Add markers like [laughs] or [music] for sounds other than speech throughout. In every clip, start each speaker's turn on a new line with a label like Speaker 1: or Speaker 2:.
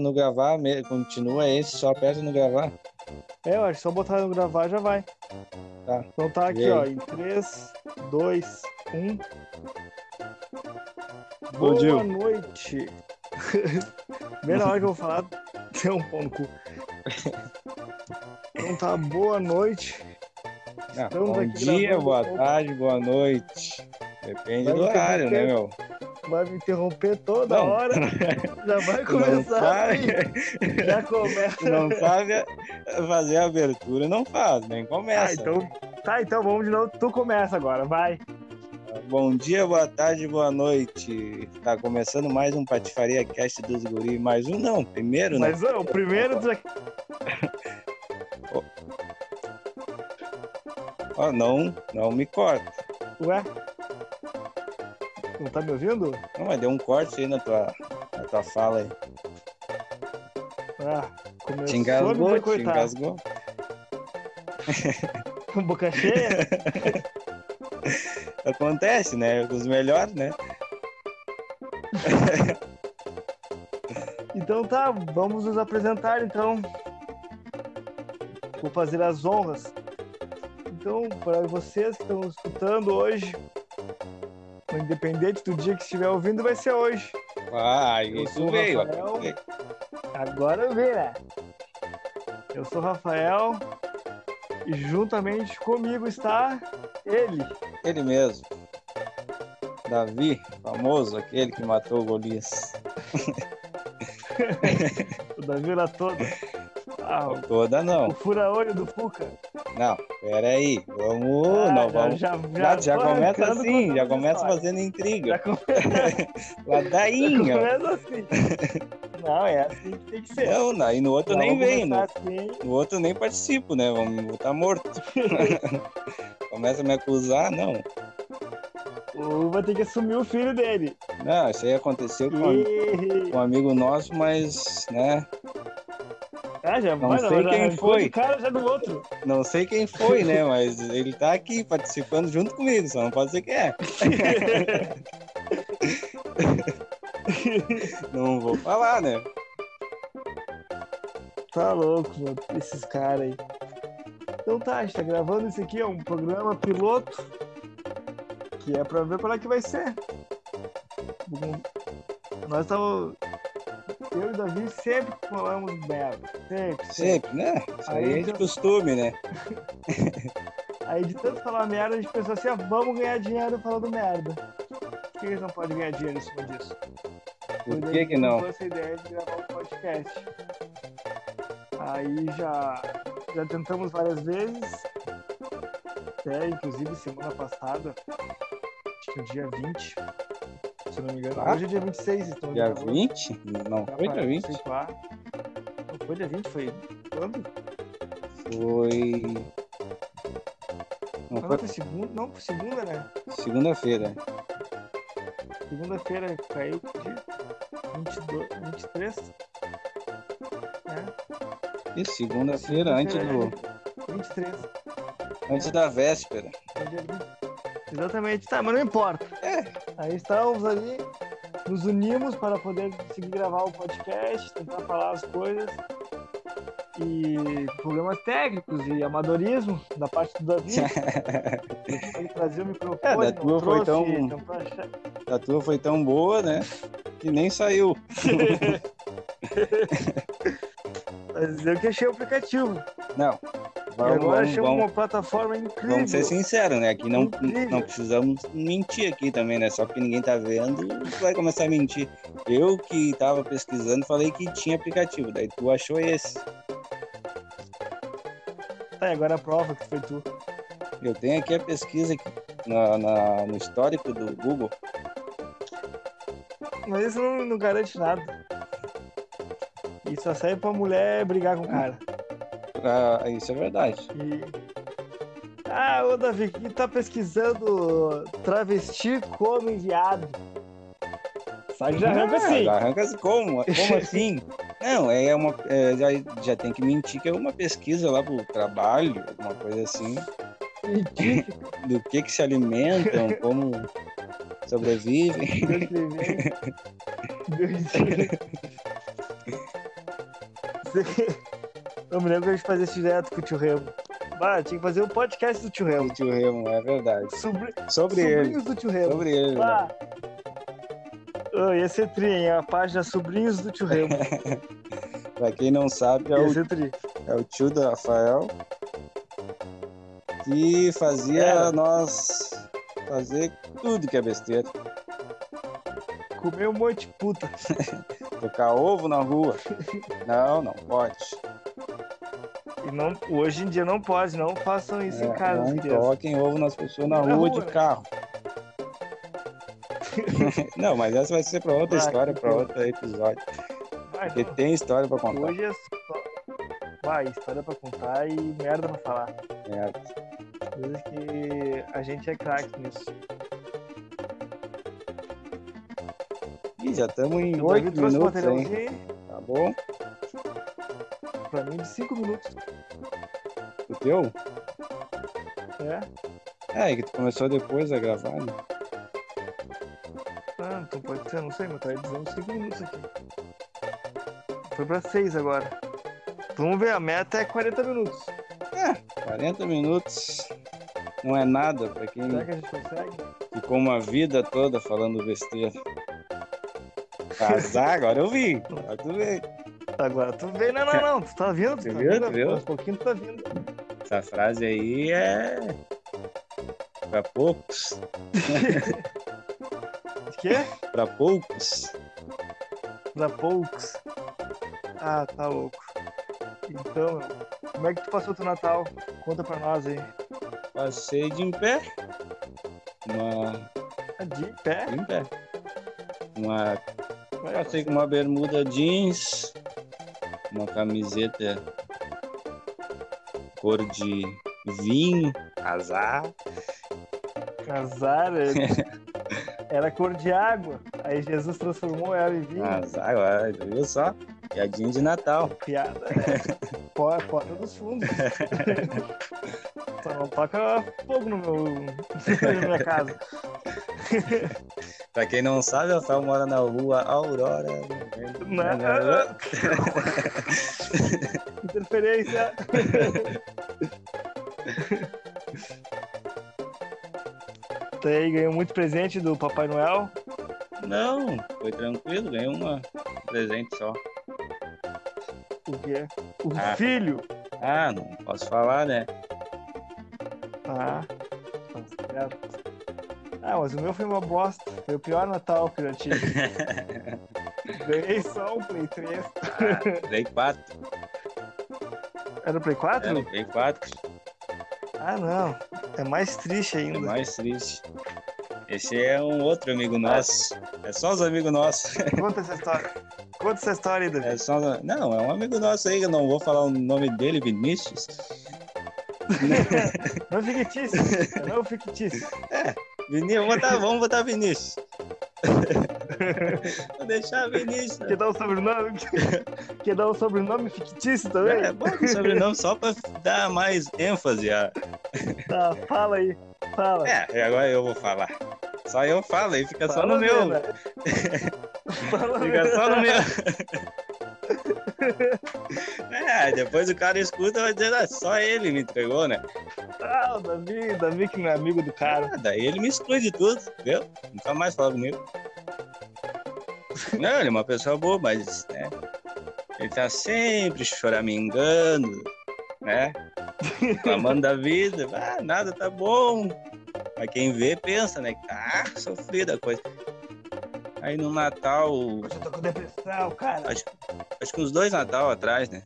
Speaker 1: no gravar, me- continua esse, só aperta no gravar.
Speaker 2: É, eu acho que só botar no gravar já vai.
Speaker 1: Tá.
Speaker 2: Então tá aqui,
Speaker 1: E aí?
Speaker 2: ó. Em 3, 2, 1. Boa
Speaker 3: Explodiu.
Speaker 2: noite. [laughs] Primeira hora que eu vou falar, [laughs] tem um pão no cu. Então tá, boa noite.
Speaker 1: Ah,
Speaker 2: Estamos
Speaker 1: bom
Speaker 2: aqui
Speaker 1: dia,
Speaker 2: gravando
Speaker 1: boa
Speaker 2: um pouco.
Speaker 1: tarde, boa noite. Depende
Speaker 2: Vai
Speaker 1: do
Speaker 2: interromper.
Speaker 1: horário, né, meu?
Speaker 2: Vai me interromper toda
Speaker 1: Não. [laughs]
Speaker 2: hora. Já vai
Speaker 1: Não
Speaker 2: começar.
Speaker 1: sabe,
Speaker 2: assim.
Speaker 1: [laughs]
Speaker 2: Já começa. [laughs]
Speaker 1: não sabe fazer a abertura, não faz, nem
Speaker 2: Ah,
Speaker 1: começa.
Speaker 2: então, tá, então vamos de novo. Tu começa agora, vai.
Speaker 1: Bom dia, boa tarde, boa noite. Tá começando mais um Patifaria Cast dos Guri. Mais um não, primeiro, né?
Speaker 2: Mas ô, o primeiro tu já um.
Speaker 1: Ó, não, não me corta.
Speaker 2: Ué? Não tá me ouvindo?
Speaker 1: Não, mas deu um corte aí na tua, na tua fala aí.
Speaker 2: Ah, começou
Speaker 1: Te
Speaker 2: a me
Speaker 1: engasgou, te
Speaker 2: boicotar.
Speaker 1: engasgou. [laughs]
Speaker 2: Boca cheia?
Speaker 1: Acontece, né? Com os melhores, né?
Speaker 2: Então tá, vamos nos apresentar então. Vou fazer as honras. Então, para vocês que estão nos escutando hoje, independente do dia que estiver ouvindo, vai ser hoje.
Speaker 1: Vai,
Speaker 2: Eu sou
Speaker 1: isso
Speaker 2: o
Speaker 1: veio.
Speaker 2: Rafael.
Speaker 1: ó.
Speaker 2: Agora vira. Eu sou o Rafael e juntamente comigo está ele.
Speaker 1: Ele mesmo. Davi, famoso, aquele que matou o Golias.
Speaker 2: O da vila
Speaker 1: [laughs]
Speaker 2: toda. Ah, o-
Speaker 1: Toda não.
Speaker 2: o fura-olho do Fuca.
Speaker 1: Não, peraí. Vamos,
Speaker 2: Ah,
Speaker 1: não,
Speaker 2: já-
Speaker 1: vamos.
Speaker 2: Já,
Speaker 1: Já,
Speaker 2: já,
Speaker 1: já
Speaker 2: tô
Speaker 1: começa
Speaker 2: arrancando
Speaker 1: assim,
Speaker 2: contando
Speaker 1: já
Speaker 2: essa
Speaker 1: começa
Speaker 2: história.
Speaker 1: fazendo intriga. [laughs]
Speaker 2: Já começa, já
Speaker 1: Ladainha.
Speaker 2: começa assim. Não, é assim que tem que ser.
Speaker 1: Não, não, e no outro eu
Speaker 2: Já
Speaker 1: nem né?
Speaker 2: vamos
Speaker 1: venho. No,
Speaker 2: começar assim.
Speaker 1: no outro eu nem participo, né? Vamos estar morto. [laughs] Começa a me acusar, não.
Speaker 2: assim, O vai ter que assumir o filho dele.
Speaker 1: Não, isso aí aconteceu com,
Speaker 2: Ih.
Speaker 1: com um amigo nosso, mas, né?
Speaker 2: Ah, já
Speaker 1: Não
Speaker 2: vai,
Speaker 1: sei
Speaker 2: já
Speaker 1: quem
Speaker 2: arrancou
Speaker 1: foi.
Speaker 2: de cara já do outro.
Speaker 1: Não sei quem foi, né? Mas ele tá aqui participando junto comigo, só não pode ser quem
Speaker 2: [laughs]
Speaker 1: é. Não vou falar, né?
Speaker 2: Tá louco, mano, esses caras aí. Então tá, a gente tá gravando isso aqui, é um programa piloto. Que é pra ver qual é que vai ser. Um- Nós estamos. Eu e o Davi sempre falamos merda. Sempre, sempre.
Speaker 1: Sempre, né? Isso
Speaker 2: Aí
Speaker 1: aí é de
Speaker 2: já-
Speaker 1: costume, né?
Speaker 2: Aí de tanto falar merda, a gente pensou assim, ah, vamos ganhar dinheiro falando merda. Por que eles não podem ganhar dinheiro em cima disso?
Speaker 1: Por
Speaker 2: Foi daí
Speaker 1: que que não?
Speaker 2: surgiu essa ideia de gravar um podcast. Aí já, já tentamos várias vezes. Até, inclusive, semana passada. Acho que é dia 20. Se eu não me engano.
Speaker 1: Ah.
Speaker 2: Hoje é dia 26, então.
Speaker 1: Dia
Speaker 2: gravando.
Speaker 1: 20? Não, foi dia 20.
Speaker 2: Sei lá. Não foi dia 20, foi quando?
Speaker 1: Foi. Não
Speaker 2: Não,
Speaker 1: foi
Speaker 2: foi segunda, não, foi segunda, né?
Speaker 1: segunda-feira.
Speaker 2: Segunda-feira caiu que dia 22, 23? É,
Speaker 1: E segunda-feira, antes, do,
Speaker 2: né? do... 23.
Speaker 1: antes da véspera.
Speaker 2: Foi dia 20. Exatamente, tá, mas não importa.
Speaker 1: É.
Speaker 2: Aí estávamos ali, nos unimos para poder conseguir gravar o podcast, tentar falar as coisas. E problemas técnicos e amadorismo da parte do
Speaker 1: [laughs]
Speaker 2: Davi. Ele trazia o microfone,
Speaker 1: É, da tua
Speaker 2: não
Speaker 1: foi
Speaker 2: trouxe,
Speaker 1: tão-
Speaker 2: tentou achar-
Speaker 1: A tua foi tão boa, né? Que nem saiu.
Speaker 2: Mas eu que achei o aplicativo.
Speaker 1: Não.
Speaker 2: E
Speaker 1: Vamos,
Speaker 2: agora
Speaker 1: vamos,
Speaker 2: achei
Speaker 1: vamos,
Speaker 2: uma plataforma incrível.
Speaker 1: vamos ser sinceros, né? Aqui não,
Speaker 2: Incrível.
Speaker 1: não precisamos mentir aqui também, né? Só porque ninguém tá vendo, tu vai começar a mentir. Eu que tava pesquisando, falei que tinha aplicativo. Daí tu achou esse.
Speaker 2: Tá, e agora a prova que foi tu.
Speaker 1: Eu tenho aqui a pesquisa aqui, na- na- no histórico do Google.
Speaker 2: Mas isso não, não garante nada. Isso só serve pra mulher brigar com o cara.
Speaker 1: Ah, isso é verdade.
Speaker 2: E... Ah, ô Davi, que tá pesquisando travesti come viado. Sai já arranca assim.
Speaker 1: Já arranca assim. Como? Como
Speaker 2: [laughs]
Speaker 1: assim? Não, é uma. é, já, já tem que mentir que é uma pesquisa lá pro trabalho, alguma coisa assim.
Speaker 2: Ridículo,
Speaker 1: Do que que se alimentam, como sobrevivem.
Speaker 2: Deus me livre. Deus me livre. [laughs] Eu me lembro que a gente fazia isso direto com o tio Remo. Bah, tinha que fazer um podcast do tio Remo.
Speaker 1: O tio Remo, é verdade.
Speaker 2: Sobre...
Speaker 1: Sobre ele.
Speaker 2: Sobrinhos do tio Remo.
Speaker 1: Sobre ele. né?
Speaker 2: Ah. Ô, ia ser tri, hein? A página Sobrinhos do Tio Remo.
Speaker 1: né? Pra quem não sabe, é
Speaker 2: Ia
Speaker 1: o,
Speaker 2: ser tri.
Speaker 1: é o tio do Rafael. Que fazia
Speaker 2: Era.
Speaker 1: nós fazer tudo que é besteira.
Speaker 2: Comeu um monte de puta.
Speaker 1: Tocar ovo na rua. Não, não pode.
Speaker 2: E não, hoje em dia não pode, não façam isso em
Speaker 1: É,
Speaker 2: casa,
Speaker 1: não
Speaker 2: crianças.
Speaker 1: toquem ovo nas pessoas na,
Speaker 2: Na
Speaker 1: rua,
Speaker 2: rua,
Speaker 1: de
Speaker 2: né? [laughs]
Speaker 1: carro. não, mas essa vai ser pra outra
Speaker 2: Ah,
Speaker 1: história,
Speaker 2: que
Speaker 1: pra
Speaker 2: pena.
Speaker 1: outro episódio.
Speaker 2: Vai,
Speaker 1: Porque
Speaker 2: não.
Speaker 1: tem história pra contar.
Speaker 2: Hoje é só. Vai, história pra contar e merda pra falar.
Speaker 1: Merda.
Speaker 2: Coisas que a gente é craque nisso.
Speaker 1: Ih, já estamos em
Speaker 2: O
Speaker 1: oito
Speaker 2: Davi trouxe um
Speaker 1: minutos, hein?
Speaker 2: materialzinho
Speaker 1: Tá bom?
Speaker 2: pra mim de 5 minutos.
Speaker 1: O teu?
Speaker 2: É.
Speaker 1: É, é que tu começou depois a gravar, né?
Speaker 2: Ah, então pode ser, não sei, mas tá dizendo 5 minutos aqui. Foi pra 6 agora. Então, vamos ver, a meta é 40 minutos.
Speaker 1: 40 minutos não é nada pra quem
Speaker 2: Será que a gente consegue?
Speaker 1: ficou uma vida toda falando besteira. Casar, agora eu vi. Agora tu vê.
Speaker 2: Agora tu vê, não, não, não, tu tá vindo, tu
Speaker 1: Tu
Speaker 2: tá
Speaker 1: viu,
Speaker 2: vindo,
Speaker 1: tu viu?
Speaker 2: aos pouquinhos tu tá vindo.
Speaker 1: Essa frase aí é. Pra poucos.
Speaker 2: De quê?
Speaker 1: Pra poucos.
Speaker 2: Pra poucos. Ah, tá louco. Então, meu, como é que tu passou teu Natal? Conta pra nós aí.
Speaker 1: Passei de em pé. Uma.
Speaker 2: Ah, De pé? né?
Speaker 1: Em pé. Uma
Speaker 2: Vai,
Speaker 1: Passei com uma bermuda jeans, uma camiseta cor de vinho, azar.
Speaker 2: Azar. é- Era cor de água. Aí Jesus transformou ela em vinho.
Speaker 1: Azar, olha, viu só? E a jeans de Natal.
Speaker 2: Piada. é, Fora, fora dos fundos. Só não toca fogo no meu, [laughs] na minha casa.
Speaker 1: Pra quem não sabe, o Rafael mora na rua Aurora. Né?
Speaker 2: Não. Né?
Speaker 1: [laughs]
Speaker 2: Interferência. [laughs] Tá aí, ganhou muito presente do Papai Noel.
Speaker 1: Não, foi tranquilo, ganhei uma um presente só.
Speaker 2: O quê? O
Speaker 1: Ah.
Speaker 2: filho.
Speaker 1: Ah, não posso falar, né?
Speaker 2: Ah, tá certo. Ah, mas o meu foi uma bosta. Foi o pior Natal que eu já tive.
Speaker 1: [laughs]
Speaker 2: Ganhei só um Play 3.
Speaker 1: Play 4.
Speaker 2: Era o Play 4?
Speaker 1: Era o Play 4.
Speaker 2: Ah, não. É mais triste
Speaker 1: É
Speaker 2: ainda.
Speaker 1: mais triste. Esse é um outro amigo nosso. É só os amigos nossos.
Speaker 2: Conta essa história. Conta essa história aí, Davi.
Speaker 1: É só... Não, é um amigo nosso aí, que eu não vou falar o nome dele, Vinícius.
Speaker 2: Não é
Speaker 1: [laughs]
Speaker 2: fictício. Não é fictício.
Speaker 1: Vinícius, vamos botar, vamos botar Vinícius. [laughs] vou deixar Vinícius.
Speaker 2: Quer dar um sobrenome? [laughs] Quer dar um sobrenome fictício
Speaker 1: É,
Speaker 2: também?
Speaker 1: bota o sobrenome só pra dar mais ênfase. A...
Speaker 2: Tá, fala aí. Fala.
Speaker 1: É, agora eu vou falar. Só eu falo, aí fica só
Speaker 2: Fala
Speaker 1: no meu. [laughs]
Speaker 2: mesmo. né? Fala
Speaker 1: Fica só no
Speaker 2: [laughs] mesmo.
Speaker 1: meu. [laughs] É, depois o cara escuta e vai dizer, ah, só ele me entregou, né?
Speaker 2: Ah, o Davi, Davi que não é amigo do cara.
Speaker 1: Ah, daí ele me exclui de tudo, entendeu? Nunca mais fala comigo. Não, ele é uma pessoa boa, mas, né? Ele tá sempre choramingando, né? Reclamando da vida. Ah, nada tá bom. Mas quem vê, pensa, né? que Tá sofrida a coisa. Aí no Natal,
Speaker 2: Hoje eu tô com depressão, cara.
Speaker 1: acho, acho que uns dois Natal atrás, né?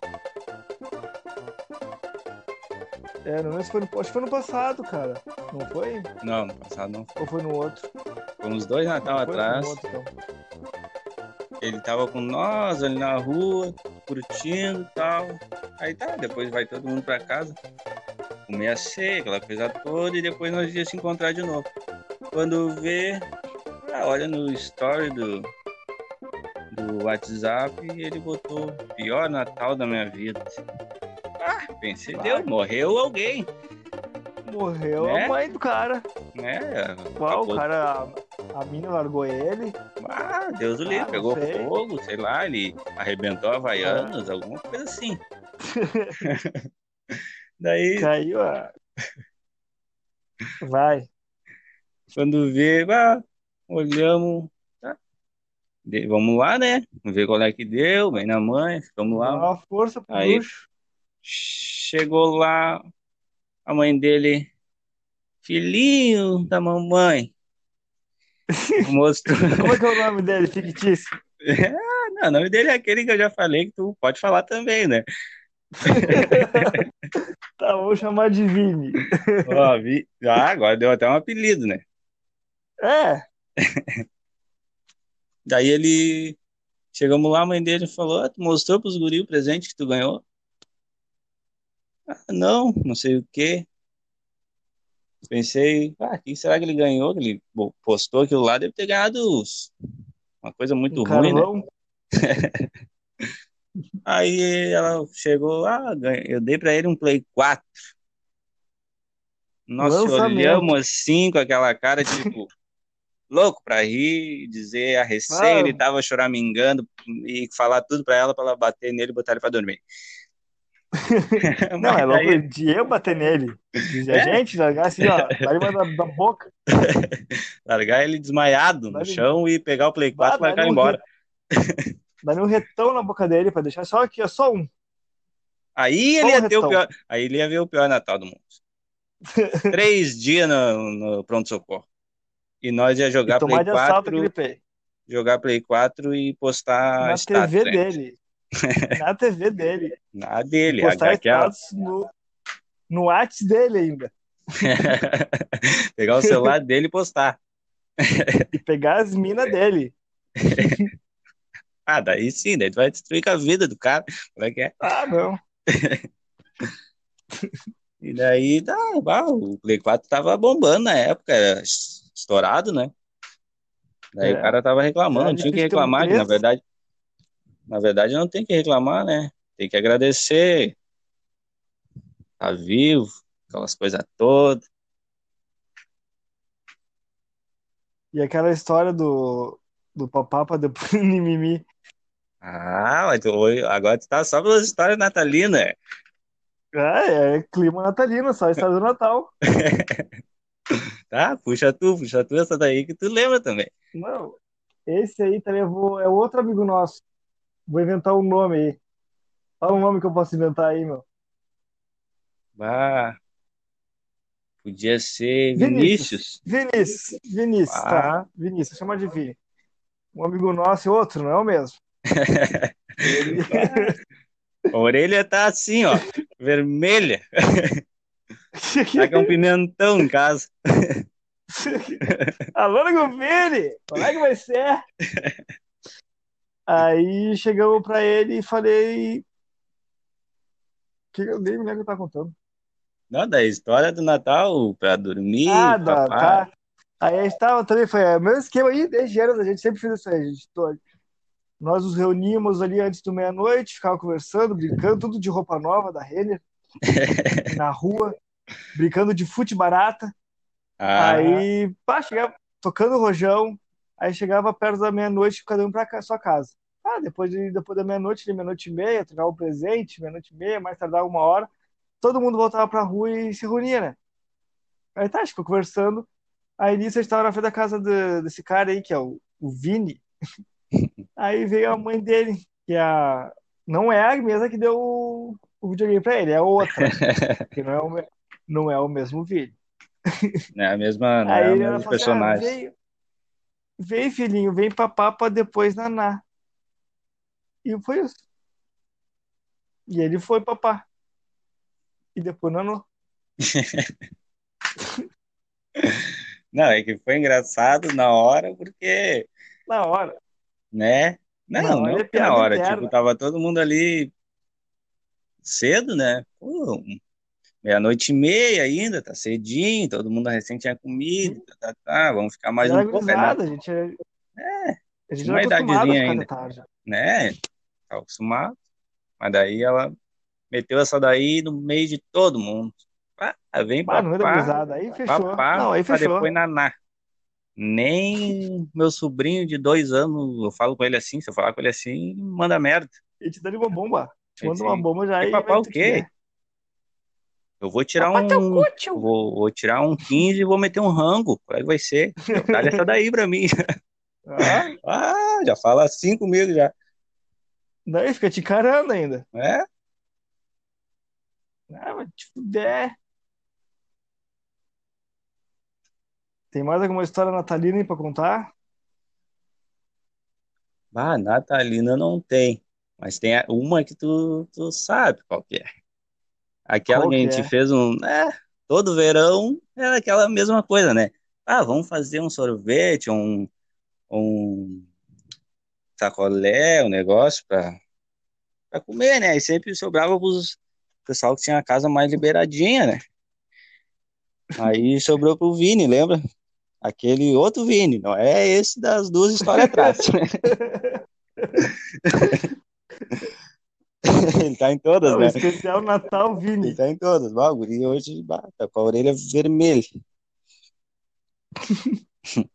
Speaker 2: É, não lembro se foi no, acho que foi no passado, cara. Não foi?
Speaker 1: Não, no passado não.
Speaker 2: Ou foi no outro?
Speaker 1: Foi uns dois Natal
Speaker 2: Não foi? Foi
Speaker 1: atrás.
Speaker 2: No outro, então.
Speaker 1: ele tava com nós ali na rua, curtindo e tal. Aí tá, depois vai todo mundo pra casa, comer a ceia, aquela coisa toda, e depois nós ia se encontrar de novo. Quando vê, ah, olha no story do, do WhatsApp e ele botou pior Natal da minha vida. Ah, pensei,
Speaker 2: Bah.
Speaker 1: deu, morreu alguém,
Speaker 2: Morreu
Speaker 1: Né?
Speaker 2: a mãe do cara.
Speaker 1: né?
Speaker 2: Uau,
Speaker 1: Acabou
Speaker 2: o cara A mina largou ele.
Speaker 1: Ah, Deus o livre,
Speaker 2: Ah, não
Speaker 1: pegou
Speaker 2: sei.
Speaker 1: fogo, sei lá, ele arrebentou a Havaianas, alguma coisa
Speaker 2: [laughs]
Speaker 1: assim. Daí,
Speaker 2: Caiu
Speaker 1: [laughs]
Speaker 2: a. Vai.
Speaker 1: quando vê, bah, olhamos, tá? De- vamos lá, né? Vamos ver qual é que deu, vem na mãe, ficamos
Speaker 2: Dá
Speaker 1: lá.
Speaker 2: uma força pro
Speaker 1: Aí.
Speaker 2: bruxo.
Speaker 1: Chegou lá, a mãe dele, filhinho da
Speaker 2: [laughs]
Speaker 1: mamãe, mostrou. [laughs]
Speaker 2: Como é que é o nome dele? Fictício.
Speaker 1: Ah, não, o nome dele é aquele que eu já falei, que tu pode falar também, né?
Speaker 2: Tá, vou chamar de Vini.
Speaker 1: Ó, vi... Ah, agora deu até um apelido, né?
Speaker 2: É,
Speaker 1: Daí ele. Chegamos lá, a mãe dele falou: ah, tu mostrou pros guri o presente que tu ganhou? Ah, não, não sei o quê. Pensei, ah, o que será que ele ganhou? Que Ele bo- postou aquilo lá, deve ter ganhado uns- uma coisa muito
Speaker 2: um
Speaker 1: ruim, né?
Speaker 2: carvão.
Speaker 1: Aí ela chegou, ah, ganhei- eu dei pra ele um Play 4. Nós se
Speaker 2: Lançamento.
Speaker 1: olhamos assim com aquela cara, tipo,
Speaker 2: [laughs]
Speaker 1: louco pra rir, dizer a recém,
Speaker 2: Ah.
Speaker 1: ele tava choramingando e falar tudo pra ela, pra ela bater nele e botar ele pra
Speaker 2: [laughs]
Speaker 1: dormir. [laughs]
Speaker 2: Não,
Speaker 1: Mas
Speaker 2: é louco
Speaker 1: daí-
Speaker 2: de eu bater nele. De
Speaker 1: É.
Speaker 2: a gente largar assim, ó, pra cima da, da
Speaker 1: [laughs]
Speaker 2: boca.
Speaker 1: largar ele desmaiado no
Speaker 2: Dá-lhe um-
Speaker 1: chão e pegar o Play 4 e
Speaker 2: Bah,
Speaker 1: largar ele
Speaker 2: dá-lhe um
Speaker 1: embora.
Speaker 2: re- Dá-lhe um retão na boca dele pra deixar só aqui, ó, só um.
Speaker 1: Aí
Speaker 2: Só
Speaker 1: ele
Speaker 2: um
Speaker 1: ia ter o
Speaker 2: retão.
Speaker 1: pior, aí ele ia ver o pior Natal do
Speaker 2: [laughs]
Speaker 1: mundo. Três dias no, no pronto-socorro. E nós ia
Speaker 2: E
Speaker 1: jogar
Speaker 2: tomar
Speaker 1: Play
Speaker 2: de assalto
Speaker 1: 4
Speaker 2: aquele pé.
Speaker 1: jogar Play 4 e postar
Speaker 2: Na
Speaker 1: status,
Speaker 2: TV
Speaker 1: né?
Speaker 2: dele. Na TV dele.
Speaker 1: Na dele, a
Speaker 2: Postar
Speaker 1: daquela.
Speaker 2: status no, no Whats dele ainda.
Speaker 1: Pegar o
Speaker 2: [laughs]
Speaker 1: celular dele e postar.
Speaker 2: E pegar as
Speaker 1: É.
Speaker 2: minas dele.
Speaker 1: Ah, daí sim, daí tu vai destruir com a vida do cara. Como é que é?
Speaker 2: Ah, não.
Speaker 1: E daí, tá, bah, o Play 4 tava bombando na época, era es- estourado, né? Daí
Speaker 2: É.
Speaker 1: o cara tava reclamando,
Speaker 2: Era
Speaker 1: não tinha que
Speaker 2: difícil ter um
Speaker 1: reclamar, que na
Speaker 2: preço.
Speaker 1: verdade, na verdade não tem que reclamar, né? Tem que agradecer. Tá vivo, aquelas coisas todas.
Speaker 2: E aquela história do, do papá pra depois [laughs] mimimi.
Speaker 1: Ah, mas tu, agora tu tá só pelas histórias natalinas. é.
Speaker 2: Ah, é clima natalino, só história do Natal.
Speaker 1: Tá, puxa tu, puxa tu essa daí que tu lembra também.
Speaker 2: Não, esse aí também eu vou, é outro amigo nosso. Vou inventar um nome aí. Fala um nome que eu posso inventar aí, meu.
Speaker 1: Bah, podia ser
Speaker 2: Vinícius.
Speaker 1: Vinícius.
Speaker 2: Vinícius. Vinícius, tá.
Speaker 1: Ah,
Speaker 2: Vinícius, chama de Vini. Um amigo nosso e outro, não é o mesmo? Ele-
Speaker 1: a orelha tá assim, ó, vermelha. Tá com um pimentão em casa.
Speaker 2: [laughs] Alô, amigo Vini! Como é que vai ser? Aí chegamos pra ele e falei. Que eu nem me lembro o que eu tava contando.
Speaker 1: Não, da história do Natal, pra dormir,
Speaker 2: Nada,
Speaker 1: papai.
Speaker 2: tá? Aí a gente tava também, foi é o mesmo esquema aí, desde anos, a gente sempre fez isso aí, a gente. Tô- Nós nos reunimos ali antes do meia-noite, ficava conversando, brincando, tudo de roupa nova da Renner, na rua, brincando de fute barata.
Speaker 1: Ah,
Speaker 2: Aí, pá, chegava tocando rojão, aí chegava perto da meia-noite, cada um pra ca- sua casa. Ah, depois, de, depois da meia-noite, ali, meia-noite e meia, trocava o presente, meia-noite e meia, mais tardar uma hora, todo mundo voltava pra rua e se reunia, né? Aí tá, a gente ficou conversando. Aí nisso a gente tava na frente da casa de- desse cara aí, que é o, o Vini. Aí veio a mãe dele, que é a... não é a mesma que deu o, o videogame pra ele, é outra, que não é o, me- não é o mesmo Vini.
Speaker 1: não é a mesma, não é
Speaker 2: Aí
Speaker 1: o
Speaker 2: ela
Speaker 1: mesmo
Speaker 2: falou assim, ah,
Speaker 1: personagem.
Speaker 2: vem, vem filhinho, vem papá pra depois naná. E foi isso. E ele foi papá. E depois nanô.
Speaker 1: Não, é que foi engraçado na hora, porque,
Speaker 2: Na hora.
Speaker 1: né? Não,
Speaker 2: Na hora
Speaker 1: não
Speaker 2: é
Speaker 1: foi na
Speaker 2: piada
Speaker 1: hora,
Speaker 2: interna.
Speaker 1: tipo, tava todo mundo ali cedo, né? Pô, Meia-noite e meia ainda, tá cedinho, todo mundo recém tinha comido, tá, tá, tá, vamos ficar mais
Speaker 2: Era
Speaker 1: um pouco, aí na-
Speaker 2: gurizada, a gente era, a gente
Speaker 1: É, tinha
Speaker 2: era
Speaker 1: uma
Speaker 2: acostumado a
Speaker 1: idadezinha
Speaker 2: ficar até
Speaker 1: ainda,
Speaker 2: tarde.
Speaker 1: né? Tava acostumado, mas daí ela meteu essa daí no meio de todo mundo. Ah, vem
Speaker 2: Ah, no meio da
Speaker 1: papá,
Speaker 2: gurizada. Aí fechou.
Speaker 1: papá,
Speaker 2: Não, aí
Speaker 1: pra
Speaker 2: fechou.
Speaker 1: depois naná. Nem meu sobrinho de dois anos, eu falo com ele assim, se eu falar com ele assim, manda merda.
Speaker 2: Ele te dá uma bomba. Te manda uma
Speaker 1: Sim.
Speaker 2: bomba já
Speaker 1: Quer
Speaker 2: e
Speaker 1: papar
Speaker 2: vai
Speaker 1: o
Speaker 2: tu
Speaker 1: quê?
Speaker 2: quiser.
Speaker 1: Eu vou tirar
Speaker 3: Papa teu
Speaker 1: um.
Speaker 3: cu, tio.
Speaker 1: Vou, vou tirar um 15 e vou meter um rango. Qual é que vai
Speaker 2: [laughs]
Speaker 1: ser? Olha essa daí pra mim. [laughs]
Speaker 2: Ah,
Speaker 1: Ah, já fala assim comigo já.
Speaker 2: daí fica te encarando ainda.
Speaker 1: É?
Speaker 2: Ah, mas te fuder. Tem mais alguma história natalina aí pra contar?
Speaker 1: Ah, Natalina não tem. Mas tem a- uma que tu, tu sabe qual que é. Aquela
Speaker 2: Qual
Speaker 1: que a
Speaker 2: que
Speaker 1: gente
Speaker 2: é?
Speaker 1: fez um. É, todo verão era aquela mesma coisa, né? Ah, vamos fazer um sorvete, um, um sacolé, um negócio pra, pra comer, né? E sempre sobrava pros pessoal que tinha a casa mais liberadinha, né? Aí sobrou pro Vini, lembra? Aquele outro Vini, não é esse das duas histórias atrás, [laughs] né? Ele tá em todas,
Speaker 2: Ah, o
Speaker 1: né?
Speaker 2: especial Natal
Speaker 1: Ele
Speaker 2: Vini.
Speaker 1: tá em todas. Bah, o guri hoje bah, tá com a orelha vermelha. [laughs]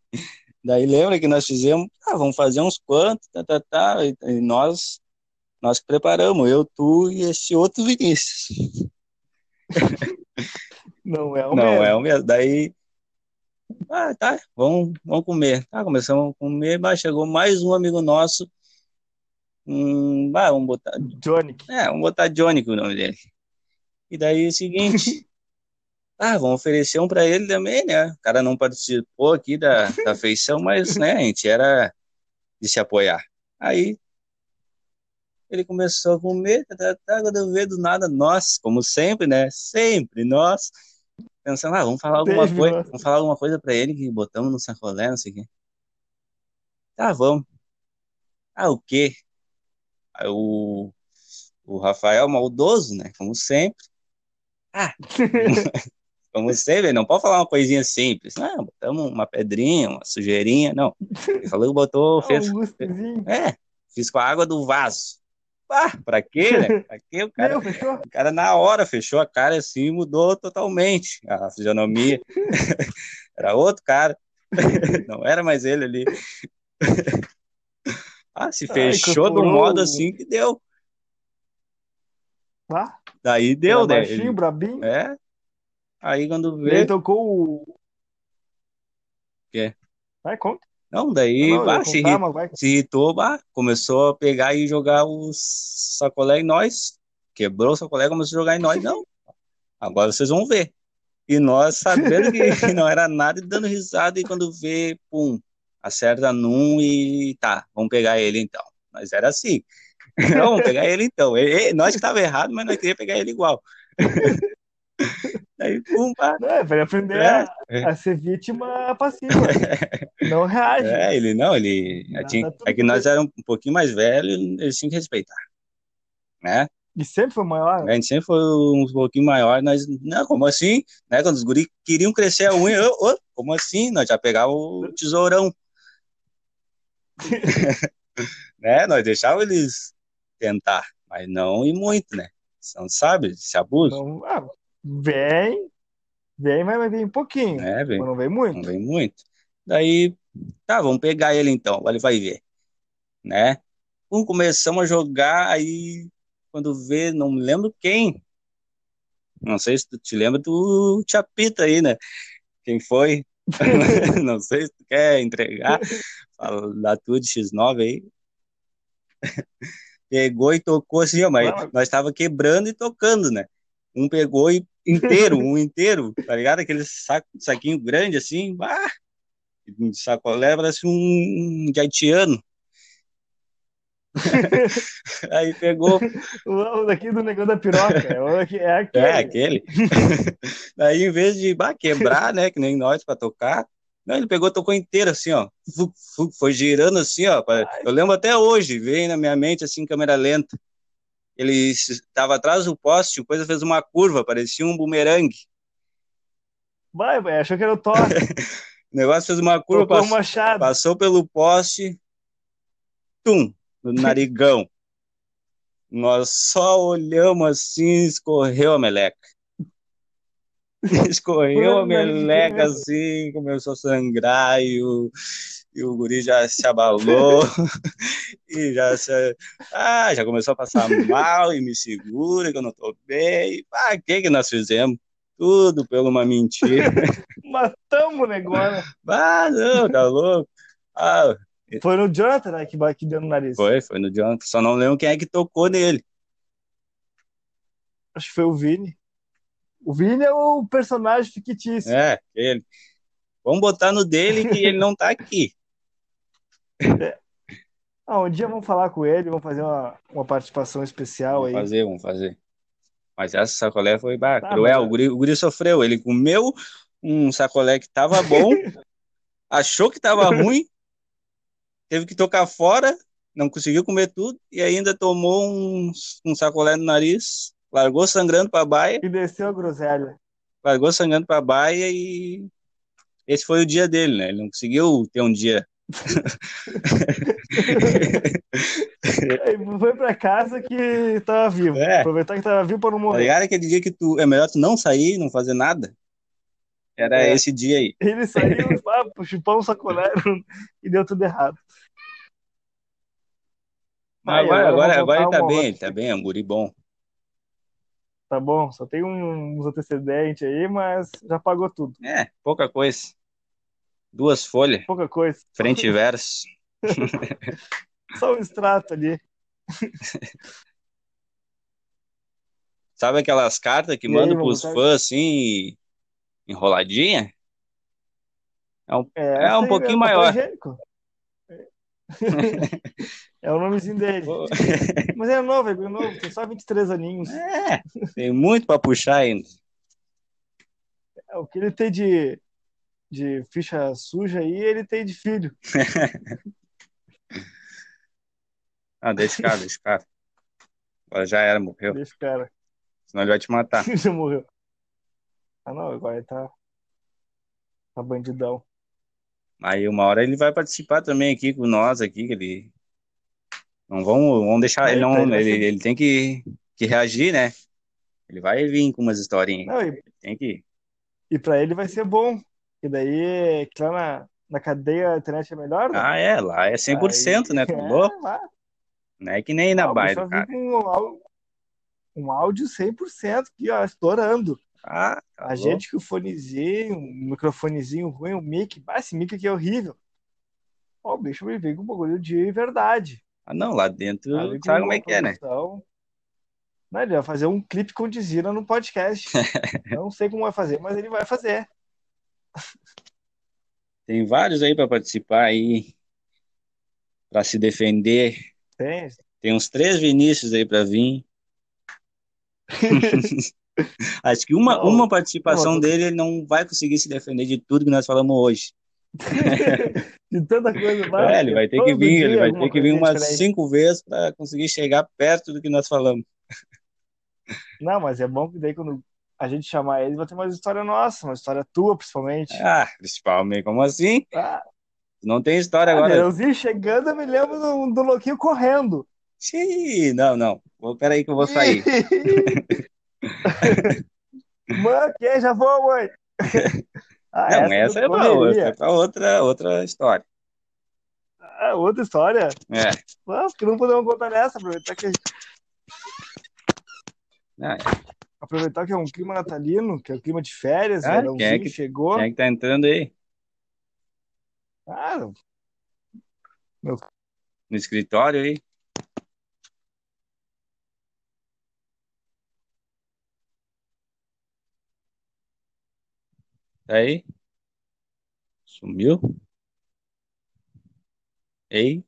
Speaker 1: Daí lembra que nós fizemos, ah, vamos fazer uns quantos, tá, tá, tá, e, e nós, nós que preparamos, eu, tu e esse outro Vinícius.
Speaker 2: Não é o
Speaker 1: Não,
Speaker 2: mesmo.
Speaker 1: é o mesmo. Daí, ah, tá, vamos, vamos comer. Tá, começamos a comer, bah, chegou mais um amigo nosso, hum, bah, vamos botar,
Speaker 2: Johnny.
Speaker 1: é, vamos botar Johnny, que é o nome dele. E daí é o seguinte, ah, vamos oferecer um pra ele também, né? O cara não participou aqui da, da feição, mas, né, a gente era de se apoiar. Aí ele começou a comer, tá, tá, tá, quando eu vejo do nada, nós, como sempre, né? Sempre nós, pensando, ah, vamos falar alguma
Speaker 2: Teve,
Speaker 1: coisa,
Speaker 2: nós.
Speaker 1: vamos falar alguma coisa pra ele que botamos no sacolé, não sei o quê. Tá, vamos. Ah, o quê? Aí o, o Rafael maldoso, né? Como sempre.
Speaker 2: [laughs]
Speaker 1: Como sempre, ele não pode falar uma coisinha simples. Ah, botamos uma pedrinha, uma sujeirinha. Não. Ele falou que botou, fez,
Speaker 2: um Augustozinho.
Speaker 1: é, fiz com a água do vaso. Ah, pra quê,
Speaker 2: [laughs]
Speaker 1: né? Pra quê o cara?
Speaker 2: Meu, fechou?
Speaker 1: O cara na hora fechou a cara assim, mudou totalmente a fisionomia. [laughs] Era outro cara. [laughs] Não era mais ele ali. [laughs] Ah, se
Speaker 2: Ah,
Speaker 1: fechou de um
Speaker 2: incorporou
Speaker 1: modo
Speaker 2: o-
Speaker 1: assim que deu.
Speaker 2: Tá?
Speaker 1: Daí deu,
Speaker 2: Era
Speaker 1: né?
Speaker 2: baixinho,
Speaker 1: Ele-
Speaker 2: brabinho.
Speaker 1: É. Aí quando
Speaker 2: E aí
Speaker 1: vê.
Speaker 2: tocou o.
Speaker 1: Quê?
Speaker 2: Vai, conta.
Speaker 1: Não, daí
Speaker 2: não,
Speaker 1: bah,
Speaker 2: eu ia
Speaker 1: se,
Speaker 2: contar,
Speaker 1: irri-
Speaker 2: mas vai.
Speaker 1: se irritou, bah, começou a pegar e jogar o sacolé em nós. Quebrou o sacolé e começou a jogar em nós. Não. Agora vocês vão ver. E nós sabendo que não era nada e dando risada, e quando vê, pum, acerta num e tá, vamos pegar ele então. Mas era assim. [laughs] Não, vamos pegar ele então. E- e- nós que tava errado, mas nós queríamos pegar ele igual. [laughs] Daí, pum, pá.
Speaker 2: Não, é pra ele aprender
Speaker 1: É,
Speaker 2: a,
Speaker 1: é.
Speaker 2: a ser
Speaker 1: [laughs]
Speaker 2: vítima passiva. Não reage.
Speaker 1: É, ele não, ele.
Speaker 2: Nada,
Speaker 1: tinha-
Speaker 2: Tá, tudo
Speaker 1: é que
Speaker 2: bem.
Speaker 1: nós éramos um pouquinho mais velhos, eles tinham que respeitar, né?
Speaker 2: E sempre foi maior. né?
Speaker 1: A gente sempre foi um pouquinho maior, nós, não, como assim? Né? Quando os guris queriam crescer a unha, ô, ô, como assim? Nós já pegava o tesourão. [laughs] né? Nós deixávamos eles tentar, mas não e muito, né? São, sabe, se abuso,
Speaker 2: Não, ah, vem, vem, mas vai vir um pouquinho.
Speaker 1: né?
Speaker 2: Mas
Speaker 1: Vem,
Speaker 2: não vem
Speaker 1: não
Speaker 2: muito.
Speaker 1: vem muito. Daí, tá, vamos pegar ele então, ele vai ver, né? Um, começamos a jogar, aí quando vê, não me lembro quem. Não sei se tu te lembra do Chapita aí, né? Quem foi? [laughs] Não sei se tu quer entregar. Fala da tua de X9 aí. [laughs] Pegou e tocou assim, ó, mas
Speaker 2: Claro.
Speaker 1: nós tava quebrando e tocando, né? Um pegou e inteiro, um inteiro, tá ligado? Aquele saco, saquinho grande assim, bah, um sacolé, parece um haitiano. Hum. Aí pegou,
Speaker 2: [laughs] O o daqui do negão da piroca. É, o daqui- é aquele.
Speaker 1: é aquele. [laughs] Daí em vez de bah, quebrar, né, que nem nós pra tocar, não, ele pegou, tocou inteiro assim, ó. Fu- fu- Foi girando assim, ó. pra- Eu lembro até hoje, veio na minha mente assim, em câmera lenta. Ele estava atrás do poste, o coisa fez uma curva, parecia um bumerangue.
Speaker 2: Vai, vai, achou que era o
Speaker 1: [laughs]
Speaker 2: Thor.
Speaker 1: O negócio fez uma curva,
Speaker 2: Tocou o
Speaker 1: passou,
Speaker 2: machado.
Speaker 1: passou pelo poste, tum, no narigão. Nós só olhamos assim, escorreu a meleca. [laughs] Escorreu a
Speaker 2: Mano, que
Speaker 1: meleca assim, começou a sangrar e o, e o guri já se abalou [laughs] e já se, ah, já começou a passar mal e me segura que eu não tô bem. Ah, o que que nós fizemos? Tudo por uma mentira.
Speaker 2: Matamos o
Speaker 1: [laughs]
Speaker 2: negócio.
Speaker 1: Ah, não, tá louco? Ah,
Speaker 2: Foi no Jonathan né, que, ba- que deu no nariz.
Speaker 1: foi, foi no Jonathan. Só não lembro quem é que tocou nele.
Speaker 2: Acho que foi o Vini. O Vini é o personagem fictício.
Speaker 1: É, ele. Vamos botar no dele que ele não tá aqui.
Speaker 2: [laughs] Ah, um dia vamos falar com ele, vamos fazer uma, uma participação especial
Speaker 1: Vamos
Speaker 2: aí.
Speaker 1: fazer, vamos fazer. Mas essa sacolé foi bah,
Speaker 2: Tá,
Speaker 1: cruel.
Speaker 2: mas-
Speaker 1: O guri, o guri sofreu. Ele comeu um sacolé que tava
Speaker 2: [laughs]
Speaker 1: bom, achou que tava ruim, teve que tocar fora, não conseguiu comer tudo e ainda tomou um, um sacolé no nariz, largou sangrando pra baia,
Speaker 2: E desceu a groselha.
Speaker 1: largou sangrando pra baia e esse foi o dia dele, né? Ele não conseguiu ter um dia.
Speaker 2: Aí foi pra casa que tava vivo.
Speaker 1: É.
Speaker 2: Aproveitar que tava vivo pra não
Speaker 1: Tá
Speaker 2: morrer.
Speaker 1: ligado aquele dia que tu é melhor tu não sair, não fazer nada? Era
Speaker 2: É.
Speaker 1: esse dia aí.
Speaker 2: Ele saiu,
Speaker 1: [laughs]
Speaker 2: ah, chupou um sacolé [laughs] e deu tudo errado.
Speaker 1: Mas
Speaker 2: Aí,
Speaker 1: agora,
Speaker 2: agora
Speaker 1: agora,
Speaker 2: vamos
Speaker 1: agora ele
Speaker 2: voltar
Speaker 1: tá
Speaker 2: uma
Speaker 1: bem,
Speaker 2: outra.
Speaker 1: ele tá bem, é um guri bom.
Speaker 2: Tá bom, só tem um- uns antecedentes aí, mas já pagou tudo.
Speaker 1: É, pouca coisa. Duas folhas,
Speaker 2: Pouca coisa. [laughs]
Speaker 1: frente e verso.
Speaker 2: Só um extrato ali.
Speaker 1: Sabe aquelas cartas que
Speaker 2: E aí,
Speaker 1: mandam
Speaker 2: vamos
Speaker 1: pros
Speaker 2: botar-
Speaker 1: fãs assim, enroladinha?
Speaker 2: É,
Speaker 1: É um
Speaker 2: essa aí,
Speaker 1: pouquinho
Speaker 2: papel
Speaker 1: maior.
Speaker 2: higiênico. É [laughs] o nomezinho dele.
Speaker 1: Pô,
Speaker 2: Mas é novo, é novo, tem só 23 aninhos.
Speaker 1: É, tem muito pra puxar ainda.
Speaker 2: É, o que ele tem de, de ficha suja aí, ele tem de filho.
Speaker 1: Ah, deixa o cara, deixa o cara. Agora já era, morreu.
Speaker 2: Deixa o cara.
Speaker 1: Senão ele vai te matar.
Speaker 2: [laughs] Já morreu. Ah, não, agora ele tá. Tá bandidão.
Speaker 1: Aí uma hora ele vai participar também aqui com nós, aqui, que ele. Não vamos, vamos deixar.
Speaker 2: Aí,
Speaker 1: Ele,
Speaker 2: tá, ele
Speaker 1: não,
Speaker 2: vai
Speaker 1: ele,
Speaker 2: ser-
Speaker 1: ele tem que, que reagir, né? Ele vai vir com umas historinhas.
Speaker 2: Não, e,
Speaker 1: Tem que.
Speaker 2: e pra ele vai ser bom. E daí, que lá na, na cadeia a internet é melhor, né?
Speaker 1: Ah, é, lá é 100%, né? Tá
Speaker 2: É,
Speaker 1: louco?
Speaker 2: lá,
Speaker 1: Não é que nem na
Speaker 2: o
Speaker 1: baia
Speaker 2: pessoal
Speaker 1: do cara.
Speaker 2: vem com um, au- um áudio 100% aqui, ó, estourando.
Speaker 1: Ah, tá
Speaker 2: a
Speaker 1: louco.
Speaker 2: gente com o fonezinho, um microfonezinho ruim, um mic. Ah, esse mic aqui é horrível. Ó, o bicho me veio com um bagulho de verdade.
Speaker 1: Ah, não, lá dentro
Speaker 2: Tá ali com
Speaker 1: sabe como
Speaker 2: uma
Speaker 1: é que é, né?
Speaker 2: produção. Não, ele vai fazer um clipe com Dizira no
Speaker 1: [laughs]
Speaker 2: podcast. Não sei como vai fazer, mas ele vai fazer.
Speaker 1: Tem vários aí pra participar aí, pra se defender.
Speaker 2: Tem.
Speaker 1: Tem uns três Vinícius aí pra
Speaker 2: [laughs]
Speaker 1: vir. Acho que uma,
Speaker 2: Não,
Speaker 1: uma participação
Speaker 2: não, tô-
Speaker 1: dele ele não vai conseguir se defender de tudo que nós falamos hoje.
Speaker 2: [laughs] De tanta coisa.
Speaker 1: É, ele vai ter que
Speaker 2: todo
Speaker 1: vir,
Speaker 2: dia
Speaker 1: ele vai
Speaker 2: alguma
Speaker 1: ter que vir
Speaker 2: coisinha
Speaker 1: umas
Speaker 2: diferente.
Speaker 1: cinco vezes pra conseguir chegar perto do que nós falamos.
Speaker 2: Não, mas é bom que daí quando a gente chamar ele, vai ter mais história nossa, uma história tua, principalmente.
Speaker 1: Ah, principalmente, como assim?
Speaker 2: Ah,
Speaker 1: Não tem história É, agora.
Speaker 2: Leãozinho chegando, eu me lembro do, do Louquinho correndo.
Speaker 1: Xiii, não, não. Vou- Peraí que eu vou
Speaker 2: [laughs]
Speaker 1: sair.
Speaker 2: Mãe, que já
Speaker 1: [laughs]
Speaker 2: vou, mãe. Ah,
Speaker 1: Não, essa é boa, essa
Speaker 2: poderia.
Speaker 1: é pra outra, outra história.
Speaker 2: Ah, outra história.
Speaker 1: É.
Speaker 2: Nossa, que não podemos contar nessa, aproveitar que,
Speaker 1: Ah,
Speaker 2: aproveitar que é um clima natalino, que é um clima de férias,
Speaker 1: Ah,
Speaker 2: verãozinho
Speaker 1: quem é que-
Speaker 2: chegou.
Speaker 1: quem é que tá entrando aí?
Speaker 2: Ah,
Speaker 1: no escritório aí. Tá aí? Sumiu? Ei?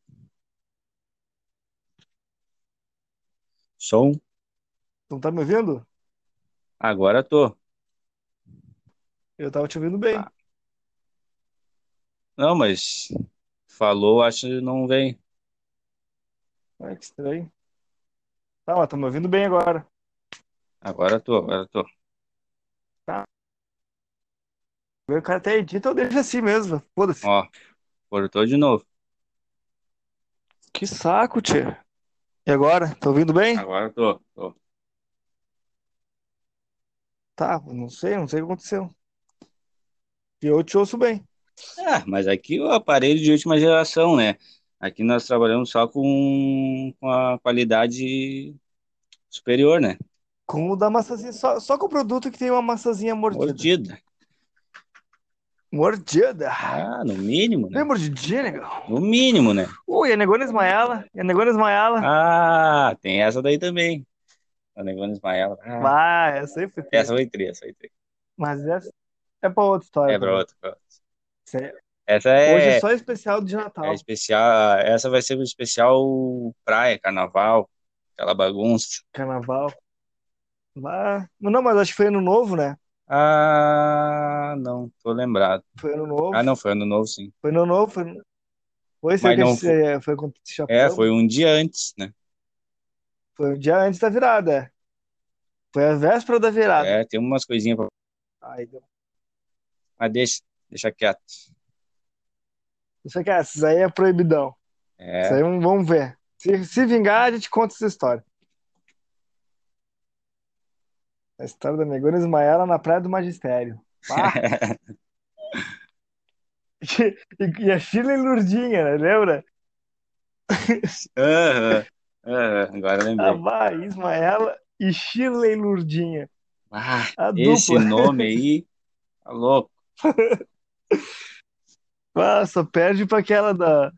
Speaker 1: Som?
Speaker 2: não tá me ouvindo?
Speaker 1: Agora tô.
Speaker 2: Eu tava te ouvindo bem.
Speaker 1: Ah. Não, mas falou, acho que não vem.
Speaker 2: Ah, que estranho. Tá, mas tá me ouvindo bem agora.
Speaker 1: Agora tô, agora tô.
Speaker 2: O cara até edita, eu deixo assim mesmo. Foda-se.
Speaker 1: Ó, cortou de novo.
Speaker 2: Que saco, tia.
Speaker 1: Ah.
Speaker 2: E agora? Tá ouvindo bem?
Speaker 1: Agora tô, tô.
Speaker 2: Tá, não sei, não sei o que aconteceu. E eu te ouço bem.
Speaker 1: Ah, mas aqui o aparelho de última geração, né? Aqui nós trabalhamos só com, com a qualidade superior, né?
Speaker 2: Com o da maçãzinha, só, só com o produto que tem uma maçãzinha mordida.
Speaker 1: Mordida.
Speaker 2: Mordida.
Speaker 1: Ah, no mínimo, né?
Speaker 2: Bem mordidinha, negão.
Speaker 1: No mínimo, né?
Speaker 2: Ui, a negona Ismaela. A negona Ismaela.
Speaker 1: Ah, tem essa daí também. A Negona Ismaela. Ah, É.
Speaker 2: Ah, essa aí foi.
Speaker 1: essa foi três, essa foi três.
Speaker 2: Mas essa é pra outra história.
Speaker 1: É pra
Speaker 2: também.
Speaker 1: outra. pra outra.
Speaker 2: Isso aí- é-
Speaker 1: Essa
Speaker 2: Hoje
Speaker 1: é,
Speaker 2: é só especial de Natal.
Speaker 1: é especial. Essa vai ser um especial praia, carnaval, aquela bagunça.
Speaker 2: Carnaval. Mas... Não, mas acho que foi ano novo, né?
Speaker 1: Ah, não tô lembrado.
Speaker 2: Foi ano novo.
Speaker 1: Ah, não, foi ano novo, sim.
Speaker 2: Foi ano novo. Foi, foi esse
Speaker 1: Mas
Speaker 2: que
Speaker 1: não
Speaker 2: esse- foi... com esse chapéu.
Speaker 1: É, foi um dia antes, né?
Speaker 2: Foi o dia antes da virada. é. Foi a véspera da virada.
Speaker 1: É, tem umas coisinhas pra.
Speaker 2: Aí, deu-
Speaker 1: Mas deixa, deixa quieto.
Speaker 2: isso aqui, ah, esses aí é proibidão.
Speaker 1: É,
Speaker 2: Isso aí vamos- vamos ver. Se, se vingar, a gente conta essa história. A história da Megona Ismaela na Praia do Magistério.
Speaker 1: [laughs]
Speaker 2: Pá! e, e a Shirley Lurdinha, né? Lembra?
Speaker 1: Aham, aham, agora eu
Speaker 2: Ah,
Speaker 1: lembrei.
Speaker 2: vai, Ismaela e Shirley Lurdinha.
Speaker 1: Ah,
Speaker 2: A
Speaker 1: esse
Speaker 2: dupla.
Speaker 1: nome aí, tá louco.
Speaker 2: Ah, só perde pra aquela da.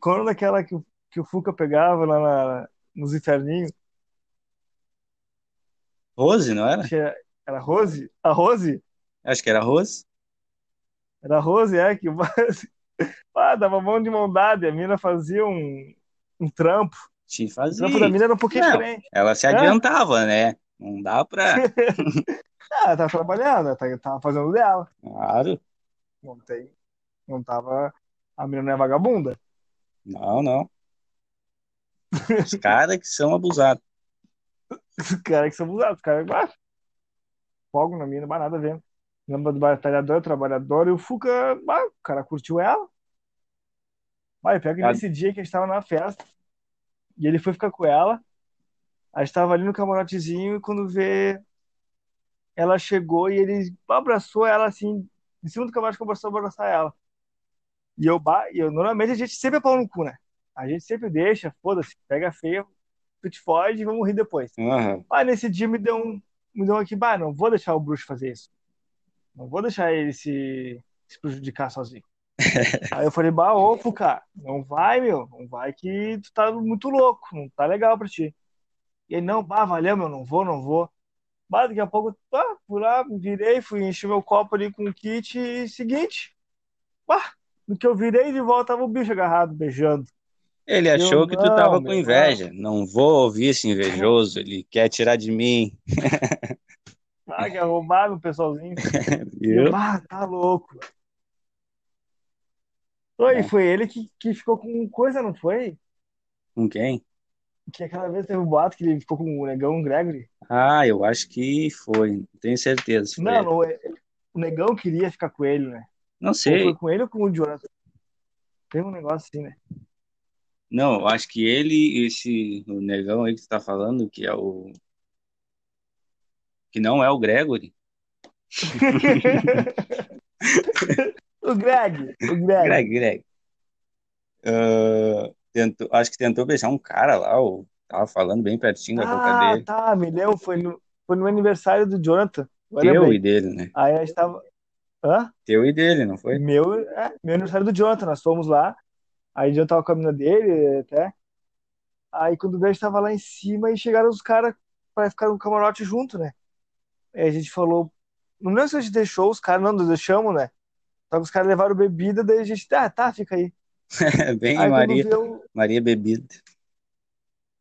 Speaker 2: Quando daquela que, o- que o Fuca pegava lá na- nos inferninhos.
Speaker 1: Rose, não era?
Speaker 2: que Era era Rose? A Rose?
Speaker 1: Acho que era Rose.
Speaker 2: Era a Rose, é, que [laughs] ah, dava mão de mão dada e a mina fazia um, um trampo.
Speaker 1: Te
Speaker 2: O
Speaker 1: fazia.
Speaker 2: trampo da mina era um pouquinho
Speaker 1: Não.
Speaker 2: diferente.
Speaker 1: Ela se adiantava, né? Não dá
Speaker 2: [laughs]
Speaker 1: pra.
Speaker 2: Ah, ela tava trabalhando, ela tá- tava fazendo dela.
Speaker 1: Claro.
Speaker 2: Não tem. Não tava. A mina não é vagabunda.
Speaker 1: Não, não. Os caras que são abusados.
Speaker 2: Os caras que são usados, os caras. Ah, fogo na mina, mas nada a ver. Lembra do batalhador, trabalhador e o Fuca. ah, o cara curtiu ela. Vai, pega que
Speaker 1: Cara-
Speaker 2: nesse dia que a gente tava na festa e ele foi ficar com ela. A gente tava ali no camarotezinho e quando vê. ela chegou e ele abraçou ela assim, em cima do camarote começou a abraçar ela. E eu, ba- e eu normalmente a gente sempre é pau no cu, né? A gente sempre deixa, foda-se, pega feio, tu te fode e vamos rir depois.
Speaker 1: Aham.
Speaker 2: Mas Ah, nesse dia me deu um, me deu um aqui, bah, não vou deixar o bruxo fazer isso. Não vou deixar ele se, se prejudicar sozinho. Aí eu falei, bah, ô, cara, não vai, meu, não vai que tu tá muito louco, não tá legal pra ti. E ele, não, bah, valeu, meu, não vou, não vou. Bah, daqui a pouco, ah, fui lá, me virei, fui encher meu copo ali com o kit e seguinte, bah, no que eu virei de volta tava o bicho agarrado, beijando.
Speaker 1: Ele
Speaker 2: Eu
Speaker 1: achou que tu
Speaker 2: não,
Speaker 1: tava com
Speaker 2: meu,
Speaker 1: inveja. Não vou ouvir esse invejoso. Ele quer tirar de mim.
Speaker 2: Ah, que arrombaram o pessoalzinho. E eu,
Speaker 1: Viu?
Speaker 2: bah, tá louco. Oi,
Speaker 1: É.
Speaker 2: foi ele que, que ficou com coisa, não foi?
Speaker 1: Com quem?
Speaker 2: Que aquela vez teve um boato que ele ficou com o negão Gregory.
Speaker 1: Ah, eu acho que foi. Não tenho certeza. se foi
Speaker 2: Não,
Speaker 1: ele.
Speaker 2: não, é- o negão queria ficar com ele, né?
Speaker 1: Não
Speaker 2: Ou
Speaker 1: sei.
Speaker 2: foi com ele ou com o Jonathan? Teve um negócio assim, né?
Speaker 1: Não, eu acho que ele, e esse o negão aí que tu tá falando, que é o. Que não é o Gregory.
Speaker 2: o Greg, o Greg.
Speaker 1: Greg, Greg. Ah, tentou, acho que tentou beijar um cara lá, ou tava falando bem pertinho da boca
Speaker 2: Ah,
Speaker 1: dele.
Speaker 2: tá, me lembro, foi no, foi no aniversário do Jonathan. Agora
Speaker 1: Teu
Speaker 2: lembrei.
Speaker 1: e dele, né?
Speaker 2: Aí a gente tava. Hã?
Speaker 1: Teu e dele, não foi? [laughs]
Speaker 2: Meu, é, meu aniversário do Jonathan, nós fomos lá. Aí o Jonathan tava com a mina dele até. Aí quando veio, a gente tava lá em cima e chegaram os caras pra ficar no um camarote junto, né? Aí a gente falou. Não lembro se a gente deixou os caras, não, nós deixamos, né? Só que os caras levaram bebida, daí a gente. Ah, tá, fica aí.
Speaker 1: Bem,
Speaker 2: Aí quando
Speaker 1: Maria,
Speaker 2: veio.
Speaker 1: Maria Bebida.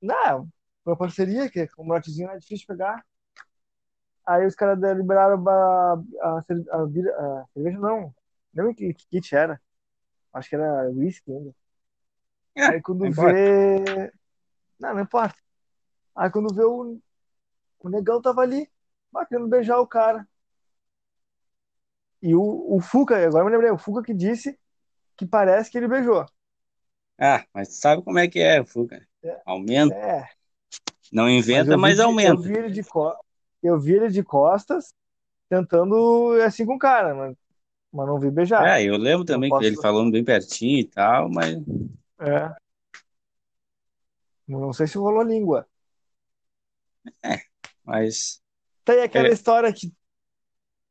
Speaker 2: Não, uma parceria, que o molequezinho é difícil de pegar. Aí os caras da- liberaram a, a, cer- a, bira- a cerveja, não. Não lembro que, que kit era. Acho que era whisky ainda.
Speaker 1: É,
Speaker 2: Aí quando
Speaker 1: não importa.
Speaker 2: vê. Não, não importa. Aí quando vê o, o negão tava ali, ah, querendo beijar o cara. E o, o Fuca, agora eu me lembrei, o Fuca que disse que parece que ele beijou.
Speaker 1: Ah, mas tu sabe como é que é, Fuca?
Speaker 2: É.
Speaker 1: Aumenta.
Speaker 2: É,
Speaker 1: Não
Speaker 2: mas eu
Speaker 1: inventa,
Speaker 2: vi
Speaker 1: mas
Speaker 2: de- eu
Speaker 1: aumenta.
Speaker 2: vi ele de cor. eu vi ele de costas, tentando assim com o cara, mas, mas não vi beijar.
Speaker 1: É, eu lembro também
Speaker 2: tá. posso-
Speaker 1: que ele falando bem pertinho e tal, mas
Speaker 2: É. Não sei se rolou língua.
Speaker 1: mas
Speaker 2: Tá, e aquela
Speaker 1: É.
Speaker 2: história que.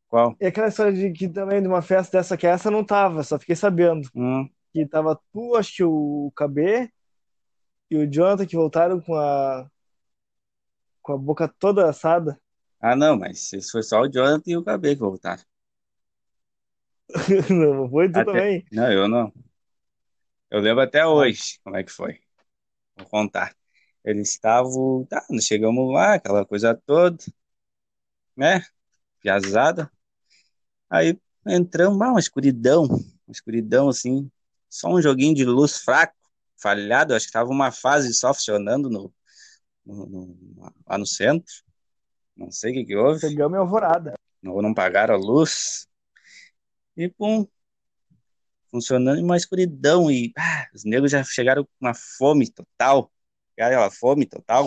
Speaker 1: qual?
Speaker 2: E aquela história de que também de uma festa dessa que essa não tava, só fiquei sabendo.
Speaker 1: Hum,
Speaker 2: Que tava tu, acho que o KB e o Jonathan que voltaram com a. com a boca toda assada. [laughs]
Speaker 1: Ah, não, mas isso foi só o Jonathan e o tá? KB que voltaram.
Speaker 2: Não foi tu
Speaker 1: Até-
Speaker 2: também?
Speaker 1: Não, eu não. Eu lembro até hoje como é que foi. Vou contar. Eles estavam. Tá, nós chegamos lá, aquela coisa toda, né? Piazada. Aí entramos, ah, uma escuridão, uma escuridão assim, só um joguinho de luz fraco, falhado. Acho que tava uma fase só funcionando no, no- no- lá no centro. Não sei o que que houve
Speaker 2: Pegamos em alvorada.
Speaker 1: não, não pagaram a luz. E pum, funcionando em uma escuridão. E ah, os negros já chegaram com uma fome total. Cara, ela fome
Speaker 2: [laughs]
Speaker 1: total.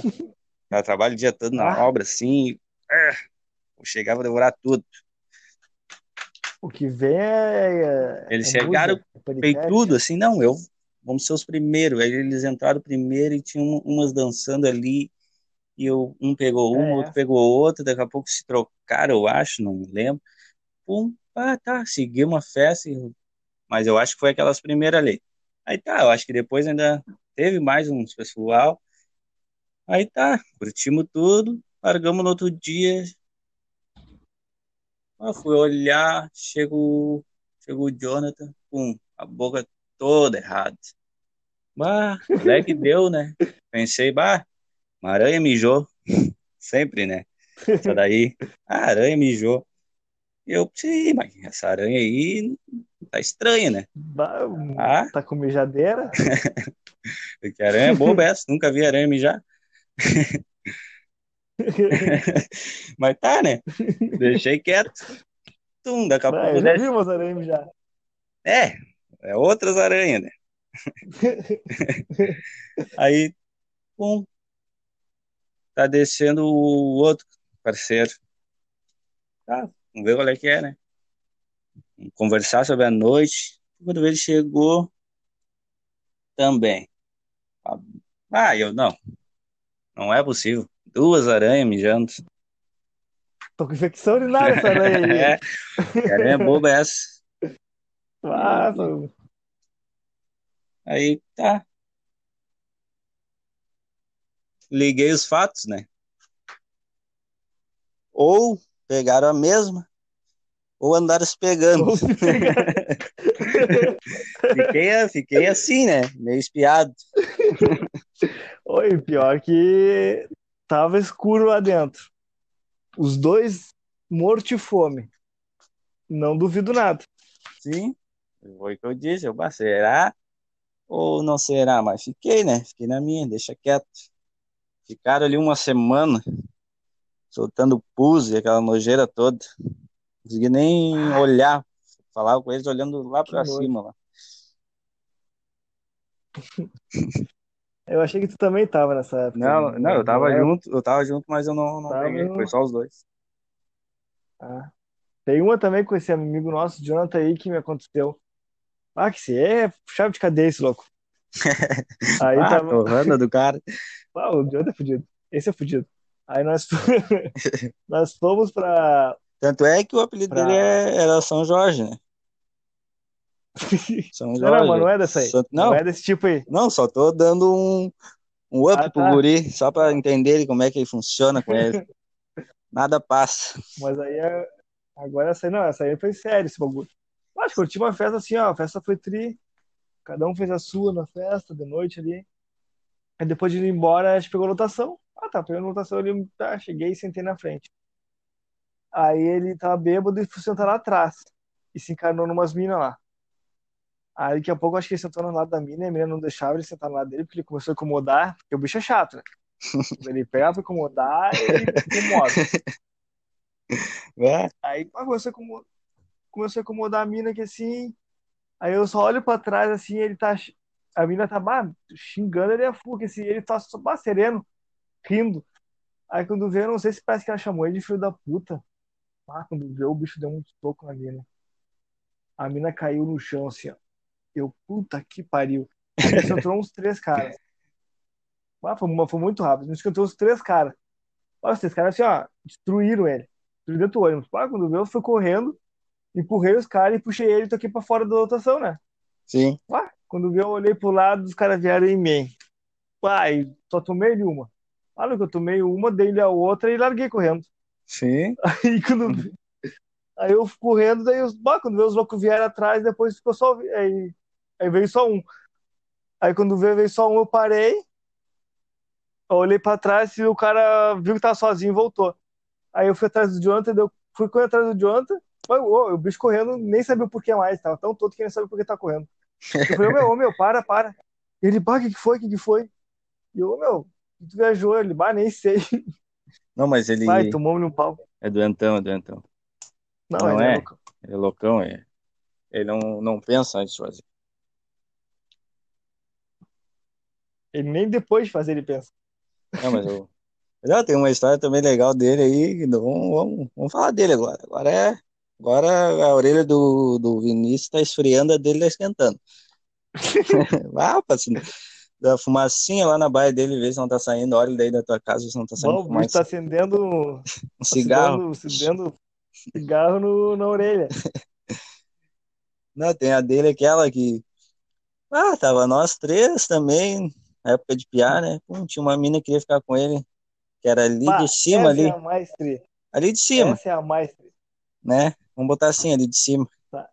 Speaker 1: Ela trabalha o dia todo na
Speaker 2: Ah.
Speaker 1: obra, assim. e, ah, eu chegava a devorar tudo.
Speaker 2: O que vem é. é-
Speaker 1: Eles
Speaker 2: é
Speaker 1: chegaram
Speaker 2: búzia, é pericate.
Speaker 1: peitudo, assim, não, eu vamos ser os primeiros. Aí eles entraram primeiro e tinham umas dançando ali. E eu, um pegou uma,
Speaker 2: É,
Speaker 1: outro
Speaker 2: é.
Speaker 1: pegou outra, daqui a pouco se trocaram, eu acho, não me lembro. Pum, ah, tá, segui uma festa, e- mas eu acho que foi aquelas primeiras ali. Aí tá, eu acho que depois ainda teve mais uns pessoal. Aí tá, curtimos tudo, largamos no outro dia. Ah, fui olhar, chegou, chegou o Jonathan, pum, a boca toda errada. Bah, qual é que deu, né? Pensei, bah, uma aranha mijou. [laughs] Sempre, né? Essa daí, a aranha mijou. Eu, sim, mas essa aranha aí tá estranha, né?
Speaker 2: Bah, um-
Speaker 1: Ah.
Speaker 2: Tá com
Speaker 1: [laughs]
Speaker 2: mijadeira?
Speaker 1: Porque aranha é boba essa, nunca vi aranha mijar. Tá Mas tá, né? Deixei quieto. Tum, daqui a
Speaker 2: [laughs] Ah,
Speaker 1: pouco
Speaker 2: eu já
Speaker 1: desce.
Speaker 2: vi umas aranhas já.
Speaker 1: É, é outras aranhas, né? Aí, pum, tá descendo o outro parceiro. Tá, vamos ver qual é que é, né? Vamos conversar sobre a noite. Quando ele chegou, também. Ah, eu não. Não é possível. Duas aranhas mijando. [laughs]
Speaker 2: Tô com infecção urinária essa aranha aí.
Speaker 1: [laughs] É, que aranha boba é essa.
Speaker 2: Ah, tô-
Speaker 1: Aí tá. Liguei os fatos, né? Ou pegaram a mesma, ou andaram se pegando. [laughs]
Speaker 2: Ou se pegar.
Speaker 1: Fiquei, fiquei assim, né? Meio espiado.
Speaker 2: Oi, pior que tava escuro lá dentro. Os dois morto de fome. Não duvido nada.
Speaker 1: Sim. Foi o que eu disse. Eu, "Bah, será? Ou não será? Mas fiquei, né? Fiquei na minha, deixa quieto. Ficaram ali uma semana, soltando pus e aquela nojeira toda. Não consegui nem olhar. Falava com eles olhando lá
Speaker 2: Que
Speaker 1: pra
Speaker 2: nojo.
Speaker 1: cima. Lá.
Speaker 2: Eu achei que tu também tava nessa época.
Speaker 1: Não, não, eu tava
Speaker 2: Não é-
Speaker 1: junto, eu tava junto, mas eu não, não
Speaker 2: Tava
Speaker 1: peguei,
Speaker 2: junto.
Speaker 1: foi só os dois.
Speaker 2: Ah. Tem uma também com esse amigo nosso, Jonathan, aí, que me aconteceu. Ah, que você é chave de cadeia, esse
Speaker 1: [laughs]
Speaker 2: louco. Aí
Speaker 1: ah,
Speaker 2: tava.
Speaker 1: torranda do cara.
Speaker 2: Ah, o Jonathan é fudido. Esse é fudido. Aí nós, [laughs] nós fomos pra.
Speaker 1: Tanto é que o apelido
Speaker 2: Pra-
Speaker 1: dele é- era São Jorge,
Speaker 2: [laughs]
Speaker 1: né? São Jorge.
Speaker 2: Não, não, mas não é dessa aí.
Speaker 1: Santo-
Speaker 2: Não,
Speaker 1: Não,
Speaker 2: é desse tipo aí.
Speaker 1: não, só tô dando um, um up
Speaker 2: Ah,
Speaker 1: pro
Speaker 2: tá.
Speaker 1: guri, só pra entenderem como é que ele funciona com ele. Nada passa.
Speaker 2: Mas aí é- agora essa aí não, essa aí foi sério esse bagulho. Acho que eu tive uma festa assim, ó. A festa foi tri. Cada um fez a sua na festa, de noite ali. Aí depois de ir embora, a gente pegou lotação. Ah, tá, pegando lotação ali. Tá, cheguei e sentei na frente. Aí ele tava bêbado e foi sentar lá atrás. E se encarnou numas minas lá. Aí daqui a pouco eu acho que ele sentou no lado da mina e a mina não deixava ele sentar no lado dele porque ele começou a incomodar, porque o bicho é chato, né? Ele pega pra incomodar e ele incomoda.
Speaker 1: É,
Speaker 2: Aí ah, começou a incomodar, começou a incomodar a mina que assim. Aí eu só olho pra trás assim, ele tá. xi- A mina tá bah, xingando ele a fuga, assim, ele tá só bah, sereno, rindo. Aí quando veio, eu não sei se parece que ela chamou ele de filho da puta. Ah, quando veio, o bicho deu um soco na mina. A mina caiu no chão, assim, ó. Eu, puta que pariu. Isso entrou uns três caras. Ah, foi, foi muito rápido. Isso entrou os três caras. Olha, os três caras, assim, ó, destruíram ele. Destruíram dentro do ônibus. Ah, quando veio, eu fui correndo, empurrei os caras e puxei ele e toquei pra fora da lotação, né?
Speaker 1: Sim.
Speaker 2: Pá, quando veio, eu olhei pro lado, os caras vieram em mim. Pai, só tomei-lhe uma. Claro que eu tomei uma, dei-lhe a outra e larguei correndo.
Speaker 1: Sim.
Speaker 2: Aí, quando... aí eu fui correndo, daí os... bah, quando veio, os loucos vieram atrás, depois ficou só. Aí, aí veio só um. Aí quando veio, veio só um, eu parei. Eu olhei pra trás e o cara viu que tava sozinho e voltou. Aí eu fui atrás do Jonathan, daí eu fui correr atrás do Jonathan. Mas, ô, o bicho correndo, nem sabia o porquê mais, tava tão todo que nem sabia por que tá correndo. Eu falei, ô, meu, ô, meu, para, para. Ele, bah, o que que foi, o que que foi? E eu, ô, meu, tu viajou? Ele, bah, nem sei.
Speaker 1: Não, mas ele
Speaker 2: Vai, tomou-me um pau.
Speaker 1: é doentão, é doentão.
Speaker 2: Não,
Speaker 1: Não
Speaker 2: ele
Speaker 1: é?
Speaker 2: louco.
Speaker 1: Ele é loucão, é. Ele não, não pensa antes de fazer.
Speaker 2: Ele nem depois de fazer ele pensa.
Speaker 1: Não, mas eu... Mas, ah, tem uma história também legal dele aí. que não- Vamos, vamos, vamos falar dele agora. Agora é. Agora a orelha do, do Vinícius tá esfriando, a dele tá
Speaker 2: [laughs]
Speaker 1: esquentando. Ah, assim, da fumacinha lá na baia dele, vê se não tá saindo. Olha daí da tua casa, vê se não tá saindo
Speaker 2: Bom, o bicho
Speaker 1: fumaça.
Speaker 2: tá acendendo,
Speaker 1: Um
Speaker 2: tá
Speaker 1: cigarro.
Speaker 2: acendendo, acendendo cigarro no, na orelha.
Speaker 1: Não, né? tem a dele, aquela que. Ah, tava nós três também, na época de piar, né? Pum, tinha uma mina que queria ficar com ele, que era ali
Speaker 2: Bah,
Speaker 1: de cima,
Speaker 2: essa é
Speaker 1: ali.
Speaker 2: a mais tri.
Speaker 1: Ali de cima,
Speaker 2: Essa é a mais tri.
Speaker 1: né? Vamos botar assim, ali de cima.
Speaker 2: Tá.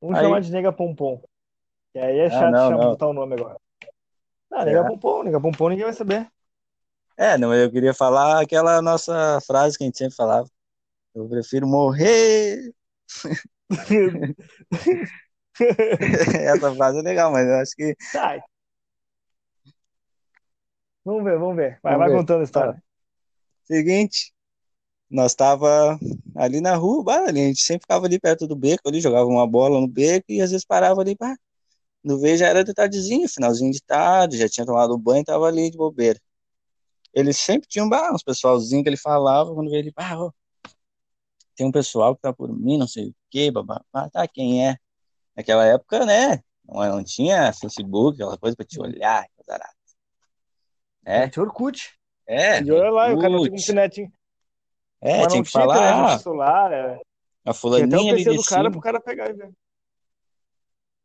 Speaker 2: Vamos
Speaker 1: Aí-
Speaker 2: chamar de nega pompom. E aí é
Speaker 1: Ah,
Speaker 2: chato
Speaker 1: não,
Speaker 2: chamar
Speaker 1: não.
Speaker 2: botar o nome agora. Não,
Speaker 1: É.
Speaker 2: nega pompom, nega pompom ninguém vai saber.
Speaker 1: É, não, eu queria falar aquela nossa frase que a gente sempre falava. Eu prefiro morrer. [laughs] Essa frase é legal, mas eu acho que.
Speaker 2: Tá. Vamos ver, vamos ver. Vai,
Speaker 1: Vamos
Speaker 2: vai
Speaker 1: ver.
Speaker 2: contando a história.
Speaker 1: Seguinte, nós tava ali na rua, bah, ali, a gente sempre ficava ali perto do beco, ali jogava uma bola no beco e às vezes parava ali, bah, no ver já era de tardezinho, finalzinho de tarde, já tinha tomado banho, tava ali de bobeira. Ele sempre tinha um, bah, uns pessoalzinho que ele falava, quando vê ele, bah, ô, tem um pessoal que tá por mim, não sei o quê, babá, ah, tá, quem é? Naquela época, né, não, não tinha Facebook, aquela coisa pra te olhar, coisa arada.
Speaker 2: É.
Speaker 1: né?
Speaker 2: Tinha Orkut.
Speaker 1: É,
Speaker 2: E olha lá, o cara não tinha
Speaker 1: putz,
Speaker 2: internet.
Speaker 1: é,
Speaker 2: mas
Speaker 1: tinha
Speaker 2: não
Speaker 1: que
Speaker 2: tinha
Speaker 1: falar,
Speaker 2: internet
Speaker 1: ah,
Speaker 2: no celular. Era...
Speaker 1: a
Speaker 2: Tinha até o
Speaker 1: fulaninha ali
Speaker 2: PC
Speaker 1: de
Speaker 2: do cara
Speaker 1: cima.
Speaker 2: pro cara pegar e ver.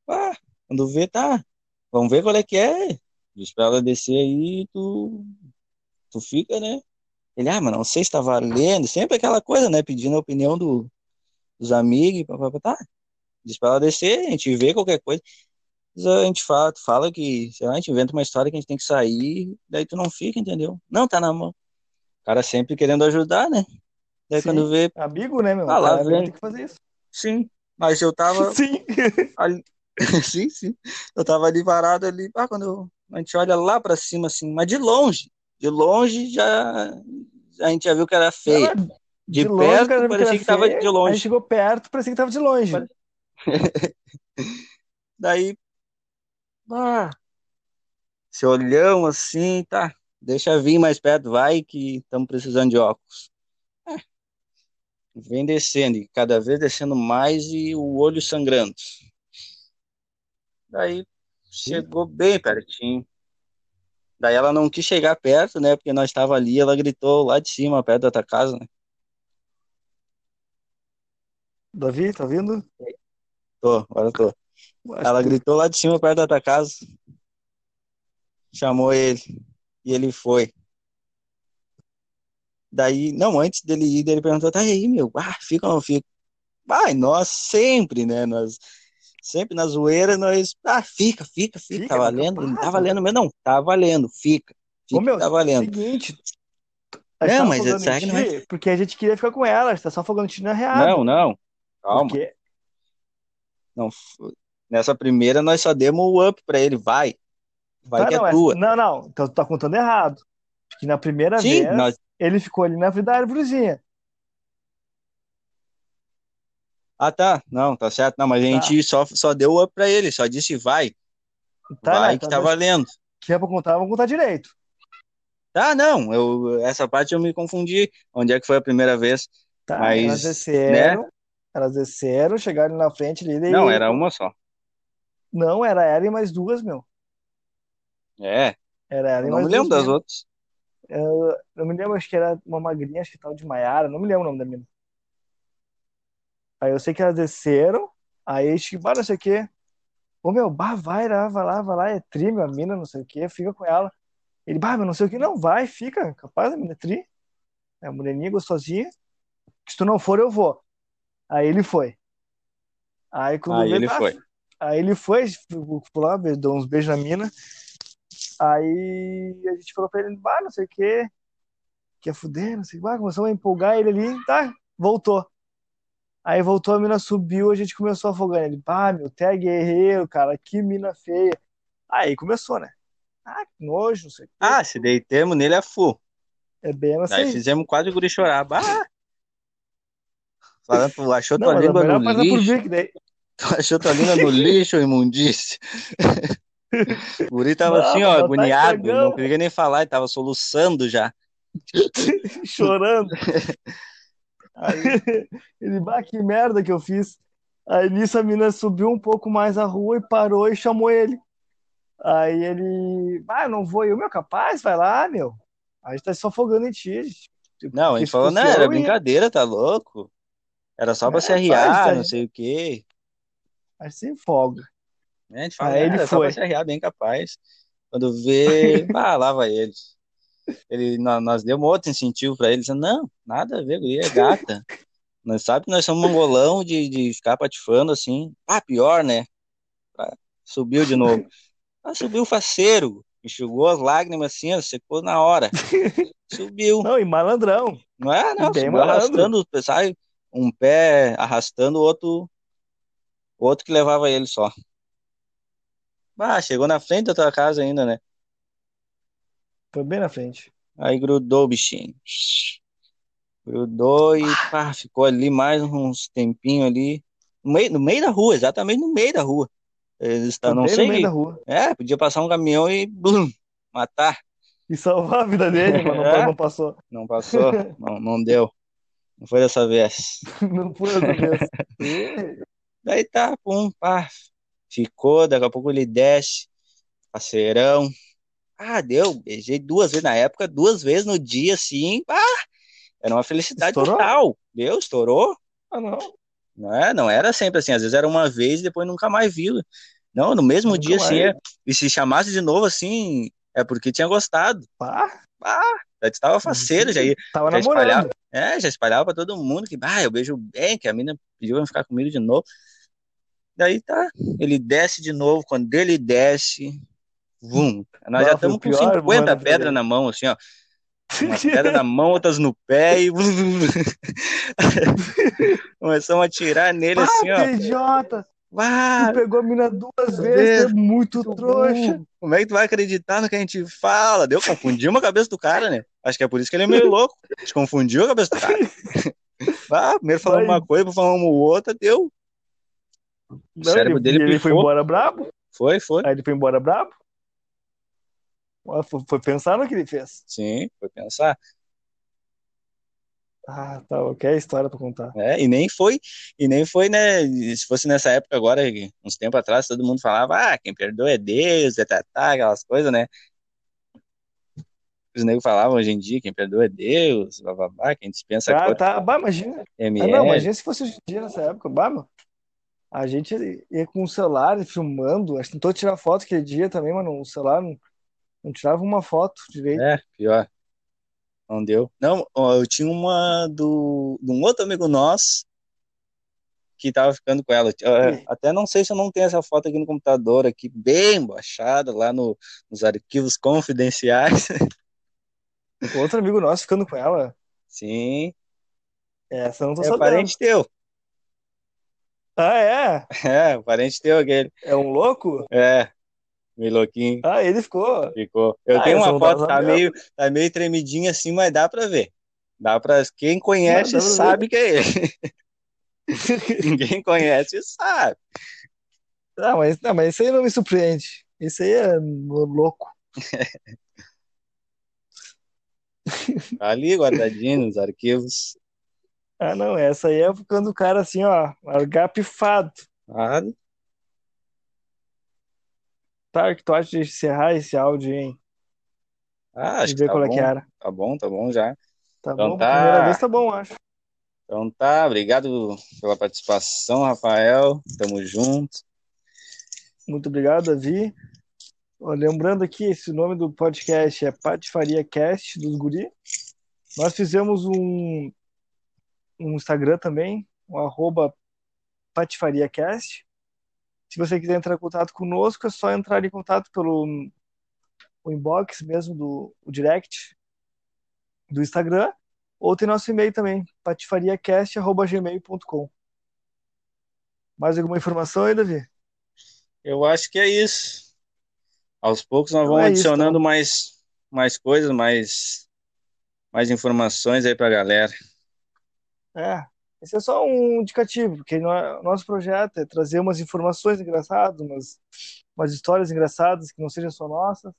Speaker 1: Ah, quando vê, tá. Vamos ver qual é que é. Diz pra ela descer aí, tu, tu fica, né? Ele, ah, mas não sei se tá valendo. Sempre aquela coisa, né? Pedindo a opinião do, dos amigos, e pá, pá, pá, tá. Diz pra ela descer, a gente vê qualquer coisa. Mas a gente fala, tu fala que, sei lá, a gente inventa uma história que a gente tem que sair, daí tu não fica, entendeu? Não, tá na mão. O cara sempre querendo ajudar, né? Daí
Speaker 2: Sim.
Speaker 1: quando vê,
Speaker 2: Amigo, né, meu?
Speaker 1: Ah, lá
Speaker 2: Cara, amigo
Speaker 1: vem.
Speaker 2: tem que fazer isso.
Speaker 1: sim. Mas eu tava [laughs]
Speaker 2: Sim.
Speaker 1: ali. [laughs] Sim, sim. Eu tava ali varado ali. Ah, quando eu- a gente olha lá pra cima, assim, mas de longe. De longe já a gente já viu que era feia. De,
Speaker 2: De longe, o
Speaker 1: perto
Speaker 2: cara viu que
Speaker 1: parecia
Speaker 2: era
Speaker 1: que tava
Speaker 2: feio,
Speaker 1: de
Speaker 2: Aí
Speaker 1: longe.
Speaker 2: chegou perto, parecia que tava de longe.
Speaker 1: Pare- Daí, ah, se olhamos assim, tá. Deixa vir mais perto, vai que estamos precisando de óculos. Ah, Vem descendo, e cada vez descendo mais e o olho sangrando. Daí chegou bem pertinho. Daí ela não quis chegar perto, né? Porque nós estava ali, ela gritou lá de cima, perto da tua casa, né?
Speaker 2: Davi, tá vindo?
Speaker 1: Tô, agora eu tô.
Speaker 2: Acho
Speaker 1: Ela
Speaker 2: que-
Speaker 1: gritou lá de cima, perto da tua casa, chamou ele e ele foi. Daí, não, antes dele ir, ele perguntou: tá e aí, meu, ah, fica ou não fica? Ai, nós sempre, né? Nós sempre na zoeira, nós, ah, fica, fica, fica,
Speaker 2: Fica,
Speaker 1: tá
Speaker 2: fica,
Speaker 1: valendo, não tá
Speaker 2: passa.
Speaker 1: valendo, mas não, tá valendo, fica,
Speaker 2: Ô,
Speaker 1: fica,
Speaker 2: meu,
Speaker 1: tá valendo.
Speaker 2: é seguinte. A gente
Speaker 1: Não,
Speaker 2: tava
Speaker 1: mas
Speaker 2: folgando em
Speaker 1: será que não é?
Speaker 2: ti porque a gente queria ficar com ela. A gente tá só folgando em ti na real.
Speaker 1: Não, não, calma,
Speaker 2: Porque
Speaker 1: não. f- Nessa primeira, nós só demos o up pra ele, vai, vai
Speaker 2: Tá,
Speaker 1: que é
Speaker 2: não, é...
Speaker 1: tua.
Speaker 2: não, não. Então tu tá contando errado. Porque na primeira
Speaker 1: Sim,
Speaker 2: vez,
Speaker 1: nós,
Speaker 2: ele ficou ali na vida da árvorezinha.
Speaker 1: ah, tá, não, tá certo, não, mas a
Speaker 2: Tá.
Speaker 1: gente só, só deu o up pra ele, só disse vai.
Speaker 2: Tá,
Speaker 1: Vai
Speaker 2: né?
Speaker 1: que
Speaker 2: Então,
Speaker 1: tá
Speaker 2: mas
Speaker 1: valendo.
Speaker 2: se é pra contar, vamos contar direito.
Speaker 1: Ah, não, eu, essa parte eu me confundi. Onde é que foi a primeira vez?
Speaker 2: Tá,
Speaker 1: Mas, né?
Speaker 2: elas desceram, elas desceram, chegaram na frente ali, daí-
Speaker 1: Não, era um uma só.
Speaker 2: Não, era ela e mais duas, meu.
Speaker 1: É,
Speaker 2: Era ela e
Speaker 1: não me
Speaker 2: mais
Speaker 1: lembro
Speaker 2: duas
Speaker 1: das
Speaker 2: meninas.
Speaker 1: outras.
Speaker 2: Não me lembro, acho que era uma magrinha, acho que tal de Maiara, não me lembro o nome da menina. Aí eu sei que elas desceram, aí tipo, "Bah, não sei o quê. Ô meu, bah, vai lá, vai lá, vai lá, é tri, meu, a mina, não sei o quê, fica com ela. Ele, bah, meu, não sei o quê, não, vai, fica, capaz, a mina é tri. É a moreninha gostosinha, que se tu não for, eu vou. Aí ele foi. Aí quando
Speaker 1: Aí
Speaker 2: veio, "Ah,
Speaker 1: ele
Speaker 2: bah,
Speaker 1: foi.
Speaker 2: Aí ele foi, ficou lá, be- deu uns beijos na mina. Aí a gente falou pra ele, bah, não sei o quê, quer fuder, não sei o que. Bah, começamos a empolgar ele ali, tá, voltou. Aí voltou, a mina subiu, a gente começou a afogar ele. Bah, meu, até é guerreiro, cara, que mina feia. Aí começou, né? Ah, que nojo, não sei o quê.
Speaker 1: Ah, se deitemos nele a full.
Speaker 2: É bem essa
Speaker 1: Daí
Speaker 2: aí.
Speaker 1: fizemos quase o guri chorar. Bah! Falando, tu achou
Speaker 2: Não,
Speaker 1: tua
Speaker 2: mas a
Speaker 1: língua
Speaker 2: melhor
Speaker 1: no
Speaker 2: parte é por
Speaker 1: lixo?
Speaker 2: vir, que daí...
Speaker 1: Tu achou tua língua no lixo,
Speaker 2: [laughs]
Speaker 1: imundício? O guri tava
Speaker 2: Bah,
Speaker 1: assim,
Speaker 2: mas
Speaker 1: ó,
Speaker 2: tá
Speaker 1: agoniado. Ele não
Speaker 2: cagando.
Speaker 1: queria nem falar, ele tava soluçando já.
Speaker 2: [laughs] chorando.
Speaker 1: Aí,
Speaker 2: Ele, bah, que merda que eu fiz. Aí nisso a mina subiu um pouco mais a rua e parou e chamou ele. Aí ele, ah, eu não vou. Eu, meu, capaz, vai lá, meu. A gente tá se afogando em ti. gente.
Speaker 1: não, a
Speaker 2: Porque
Speaker 1: gente
Speaker 2: se fosse
Speaker 1: falou, não, era
Speaker 2: eu, ia.
Speaker 1: brincadeira, tá louco? Era só pra se
Speaker 2: É, faz,
Speaker 1: arriar,
Speaker 2: a
Speaker 1: não
Speaker 2: gente,
Speaker 1: sei o quê.
Speaker 2: a gente se afoga.
Speaker 1: Né? A gente fala,
Speaker 2: Aí
Speaker 1: né,
Speaker 2: ele
Speaker 1: era só pra
Speaker 2: foi.
Speaker 1: se arriar, bem capaz. Quando
Speaker 2: [laughs]
Speaker 1: vê, bah, lá vai ele. Ele, nó- nós, demos outro incentivo pra ele, dizendo, não, nada a ver, guria é
Speaker 2: [laughs]
Speaker 1: gata. Nós sabe que nós somos mongolão de, de ficar patifando assim. Ah, pior, né? Ah, Subiu de novo. Ah, subiu faceiro. Enxugou as lágrimas assim, ó, secou na
Speaker 2: [laughs]
Speaker 1: hora. Subiu.
Speaker 2: Não, e malandrão.
Speaker 1: Não é,
Speaker 2: E
Speaker 1: não,
Speaker 2: bem
Speaker 1: subiu
Speaker 2: malandro.
Speaker 1: arrastando, sai um pé arrastando o outro, o outro que levava ele só. Ah, chegou na frente da tua casa ainda, né?
Speaker 2: Foi bem na frente.
Speaker 1: Aí grudou o bichinho. Grudou e
Speaker 2: Ah.
Speaker 1: pá, ficou ali mais uns tempinhos ali. No meio, no meio da rua, exatamente no meio da rua. Eles
Speaker 2: Foi
Speaker 1: estão, não
Speaker 2: bem no meio da
Speaker 1: sei,
Speaker 2: rua.
Speaker 1: é, podia passar um caminhão e blum, matar.
Speaker 2: E salvar a vida dele, mas não, pa-
Speaker 1: [laughs] É,
Speaker 2: não passou.
Speaker 1: não
Speaker 2: [laughs]
Speaker 1: passou, não, não deu, não foi dessa vez.
Speaker 2: Não foi dessa
Speaker 1: [laughs]
Speaker 2: vez. E-
Speaker 1: Daí tá, pum, pá, ficou, daqui a pouco ele desce, parceirão. Ah, deu, beijei duas vezes na época, duas vezes no dia, assim, ah, era uma felicidade
Speaker 2: Estourou?
Speaker 1: total. Deu, estourou.
Speaker 2: Ah, não.
Speaker 1: Não, é, não era sempre assim, às vezes era uma vez e depois nunca mais viu. Não, no mesmo
Speaker 2: Nunca
Speaker 1: dia assim,
Speaker 2: mais.
Speaker 1: é, e se chamasse de novo assim, é porque tinha gostado.
Speaker 2: Pá,
Speaker 1: Ah, já
Speaker 2: Uhum.
Speaker 1: estava faceiro, já ia,
Speaker 2: tava
Speaker 1: já espalhava,
Speaker 2: namorando.
Speaker 1: é, já espalhava para todo mundo que, ah, eu beijo bem, que a mina pediu pra ficar comigo de novo. Daí tá, ele desce de novo, quando ele desce, vum, nós já
Speaker 2: Bah, foi o
Speaker 1: estamos com
Speaker 2: pior
Speaker 1: 50
Speaker 2: momento pra
Speaker 1: pedras
Speaker 2: ele.
Speaker 1: na mão, assim, ó,
Speaker 2: [laughs]
Speaker 1: umas pedras na mão, outras no pé, e [laughs] começamos a tirar nele
Speaker 2: Pá,
Speaker 1: assim,
Speaker 2: tu
Speaker 1: ó,
Speaker 2: é idiota! Tu
Speaker 1: ah,
Speaker 2: pegou a mina duas vezes, tu é
Speaker 1: vê,
Speaker 2: muito
Speaker 1: Muito
Speaker 2: trouxa.
Speaker 1: burro. Como é que tu vai acreditar no que a gente fala? Deu, confundiu a cabeça do cara, né? Acho que é por isso que ele é
Speaker 2: [laughs]
Speaker 1: meio louco. A gente confundiu a cabeça do cara. Ah, primeiro falamos
Speaker 2: Vai,
Speaker 1: uma coisa, depois falamos outra, deu. O
Speaker 2: não, ele,
Speaker 1: cérebro dele
Speaker 2: e ele foi
Speaker 1: pifou.
Speaker 2: embora brabo.
Speaker 1: Foi, foi.
Speaker 2: Aí ele foi embora brabo. Ó, Foi, foi pensar no que ele fez.
Speaker 1: Sim, foi pensar.
Speaker 2: Ah, tá, ok, a história pra contar.
Speaker 1: É, e nem foi, e nem foi, né? Se fosse nessa época agora, uns tempos atrás, todo mundo falava, ah, quem perdoa é Deus, é tatá, aquelas coisas, né? Os negros falavam hoje em dia, quem perdoa é Deus, blá, blá, blá, quem dispensa
Speaker 2: Ah,
Speaker 1: coisa,
Speaker 2: tá. Bah, imagina.
Speaker 1: é
Speaker 2: Ah, não,
Speaker 1: ML.
Speaker 2: imagina se fosse hoje em dia nessa época. Bah, mano. A gente ia com o celular filmando. A gente tentou tirar foto aquele dia também, mas não- o celular não, não tirava uma foto direito.
Speaker 1: É, pior. Não deu. Não, ó, eu tinha uma do, de um outro amigo nosso que tava ficando com ela. Eu,
Speaker 2: E,
Speaker 1: até não sei se eu não tenho essa foto aqui no computador, aqui bem baixada, lá no, nos arquivos confidenciais. [laughs] É.
Speaker 2: outro amigo nosso ficando com ela.
Speaker 1: Sim,
Speaker 2: Essa eu não tô
Speaker 1: é
Speaker 2: sabendo.
Speaker 1: parente teu. [laughs]
Speaker 2: Ah, é?
Speaker 1: É, parente teu aquele.
Speaker 2: É um louco?
Speaker 1: É, meio louquinho.
Speaker 2: Ah, ele ficou.
Speaker 1: Ficou. Eu
Speaker 2: Ah,
Speaker 1: tenho
Speaker 2: essa
Speaker 1: uma
Speaker 2: eu não tava
Speaker 1: foto, tá meio,
Speaker 2: sabendo.
Speaker 1: tá meio tremidinha assim, mas dá pra ver. Dá pra. Quem
Speaker 2: Não,
Speaker 1: conhece
Speaker 2: dá pra ver.
Speaker 1: sabe que é ele. [laughs] Ninguém conhece sabe.
Speaker 2: Não, Ah, mas, não, mas isso aí não me surpreende. Isso aí é no- louco.
Speaker 1: Tá ali guardadinho nos arquivos.
Speaker 2: Ah, não, essa aí é quando o cara assim, ó, largar pifado.
Speaker 1: Claro.
Speaker 2: Tá, o que tu acha de encerrar esse áudio, hein?
Speaker 1: Ah, acho
Speaker 2: e
Speaker 1: que
Speaker 2: ver
Speaker 1: tá
Speaker 2: qual é
Speaker 1: bom.
Speaker 2: que era.
Speaker 1: Tá bom, tá bom já.
Speaker 2: Tá
Speaker 1: Então
Speaker 2: bom?
Speaker 1: tá.
Speaker 2: Primeira vez tá bom, acho.
Speaker 1: Então tá, obrigado pela participação, Rafael. Tamo junto.
Speaker 2: Muito obrigado, Davi. Ó, Lembrando aqui, esse nome do podcast é Patifaria Cast dos Guri. Nós fizemos um, um Instagram também, o arroba PatifariaCast. Se você quiser entrar em contato conosco, é só entrar em contato pelo o inbox mesmo do o direct do Instagram, ou tem nosso e-mail também, patifariacast.gmail.com. Mais alguma informação aí, Davi?
Speaker 1: Eu acho que é isso. Aos poucos nós
Speaker 2: Então
Speaker 1: vamos
Speaker 2: é isso,
Speaker 1: adicionando mais, mais coisas, mais, mais informações aí pra galera.
Speaker 2: É, esse é só um indicativo, porque no- nosso projeto é trazer umas informações engraçadas, umas, umas histórias engraçadas que não sejam só nossas,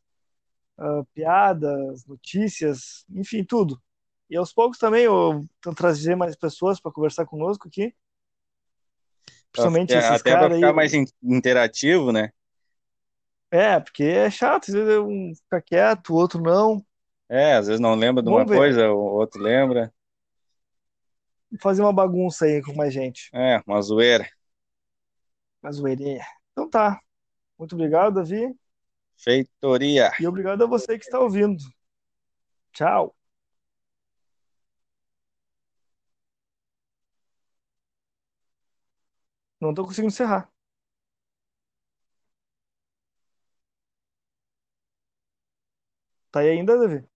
Speaker 2: ah, piadas, notícias, enfim, tudo. E aos poucos também eu tento trazer mais pessoas para conversar conosco aqui, principalmente
Speaker 1: Até-
Speaker 2: esses
Speaker 1: até pra
Speaker 2: caras aí.
Speaker 1: ficar mais in- interativo, né?
Speaker 2: É, porque é chato, às vezes um fica quieto, o outro não.
Speaker 1: É, às vezes não lembra de uma
Speaker 2: Vamos ver.
Speaker 1: coisa, o outro lembra.
Speaker 2: Fazer uma bagunça aí com mais gente,
Speaker 1: É, uma zoeira.
Speaker 2: uma zoeirinha. Então tá. Muito obrigado, Davi,
Speaker 1: Feitoria.
Speaker 2: e obrigado a você que está ouvindo. Tchau. Não tô conseguindo encerrar. Tá aí ainda, Davi?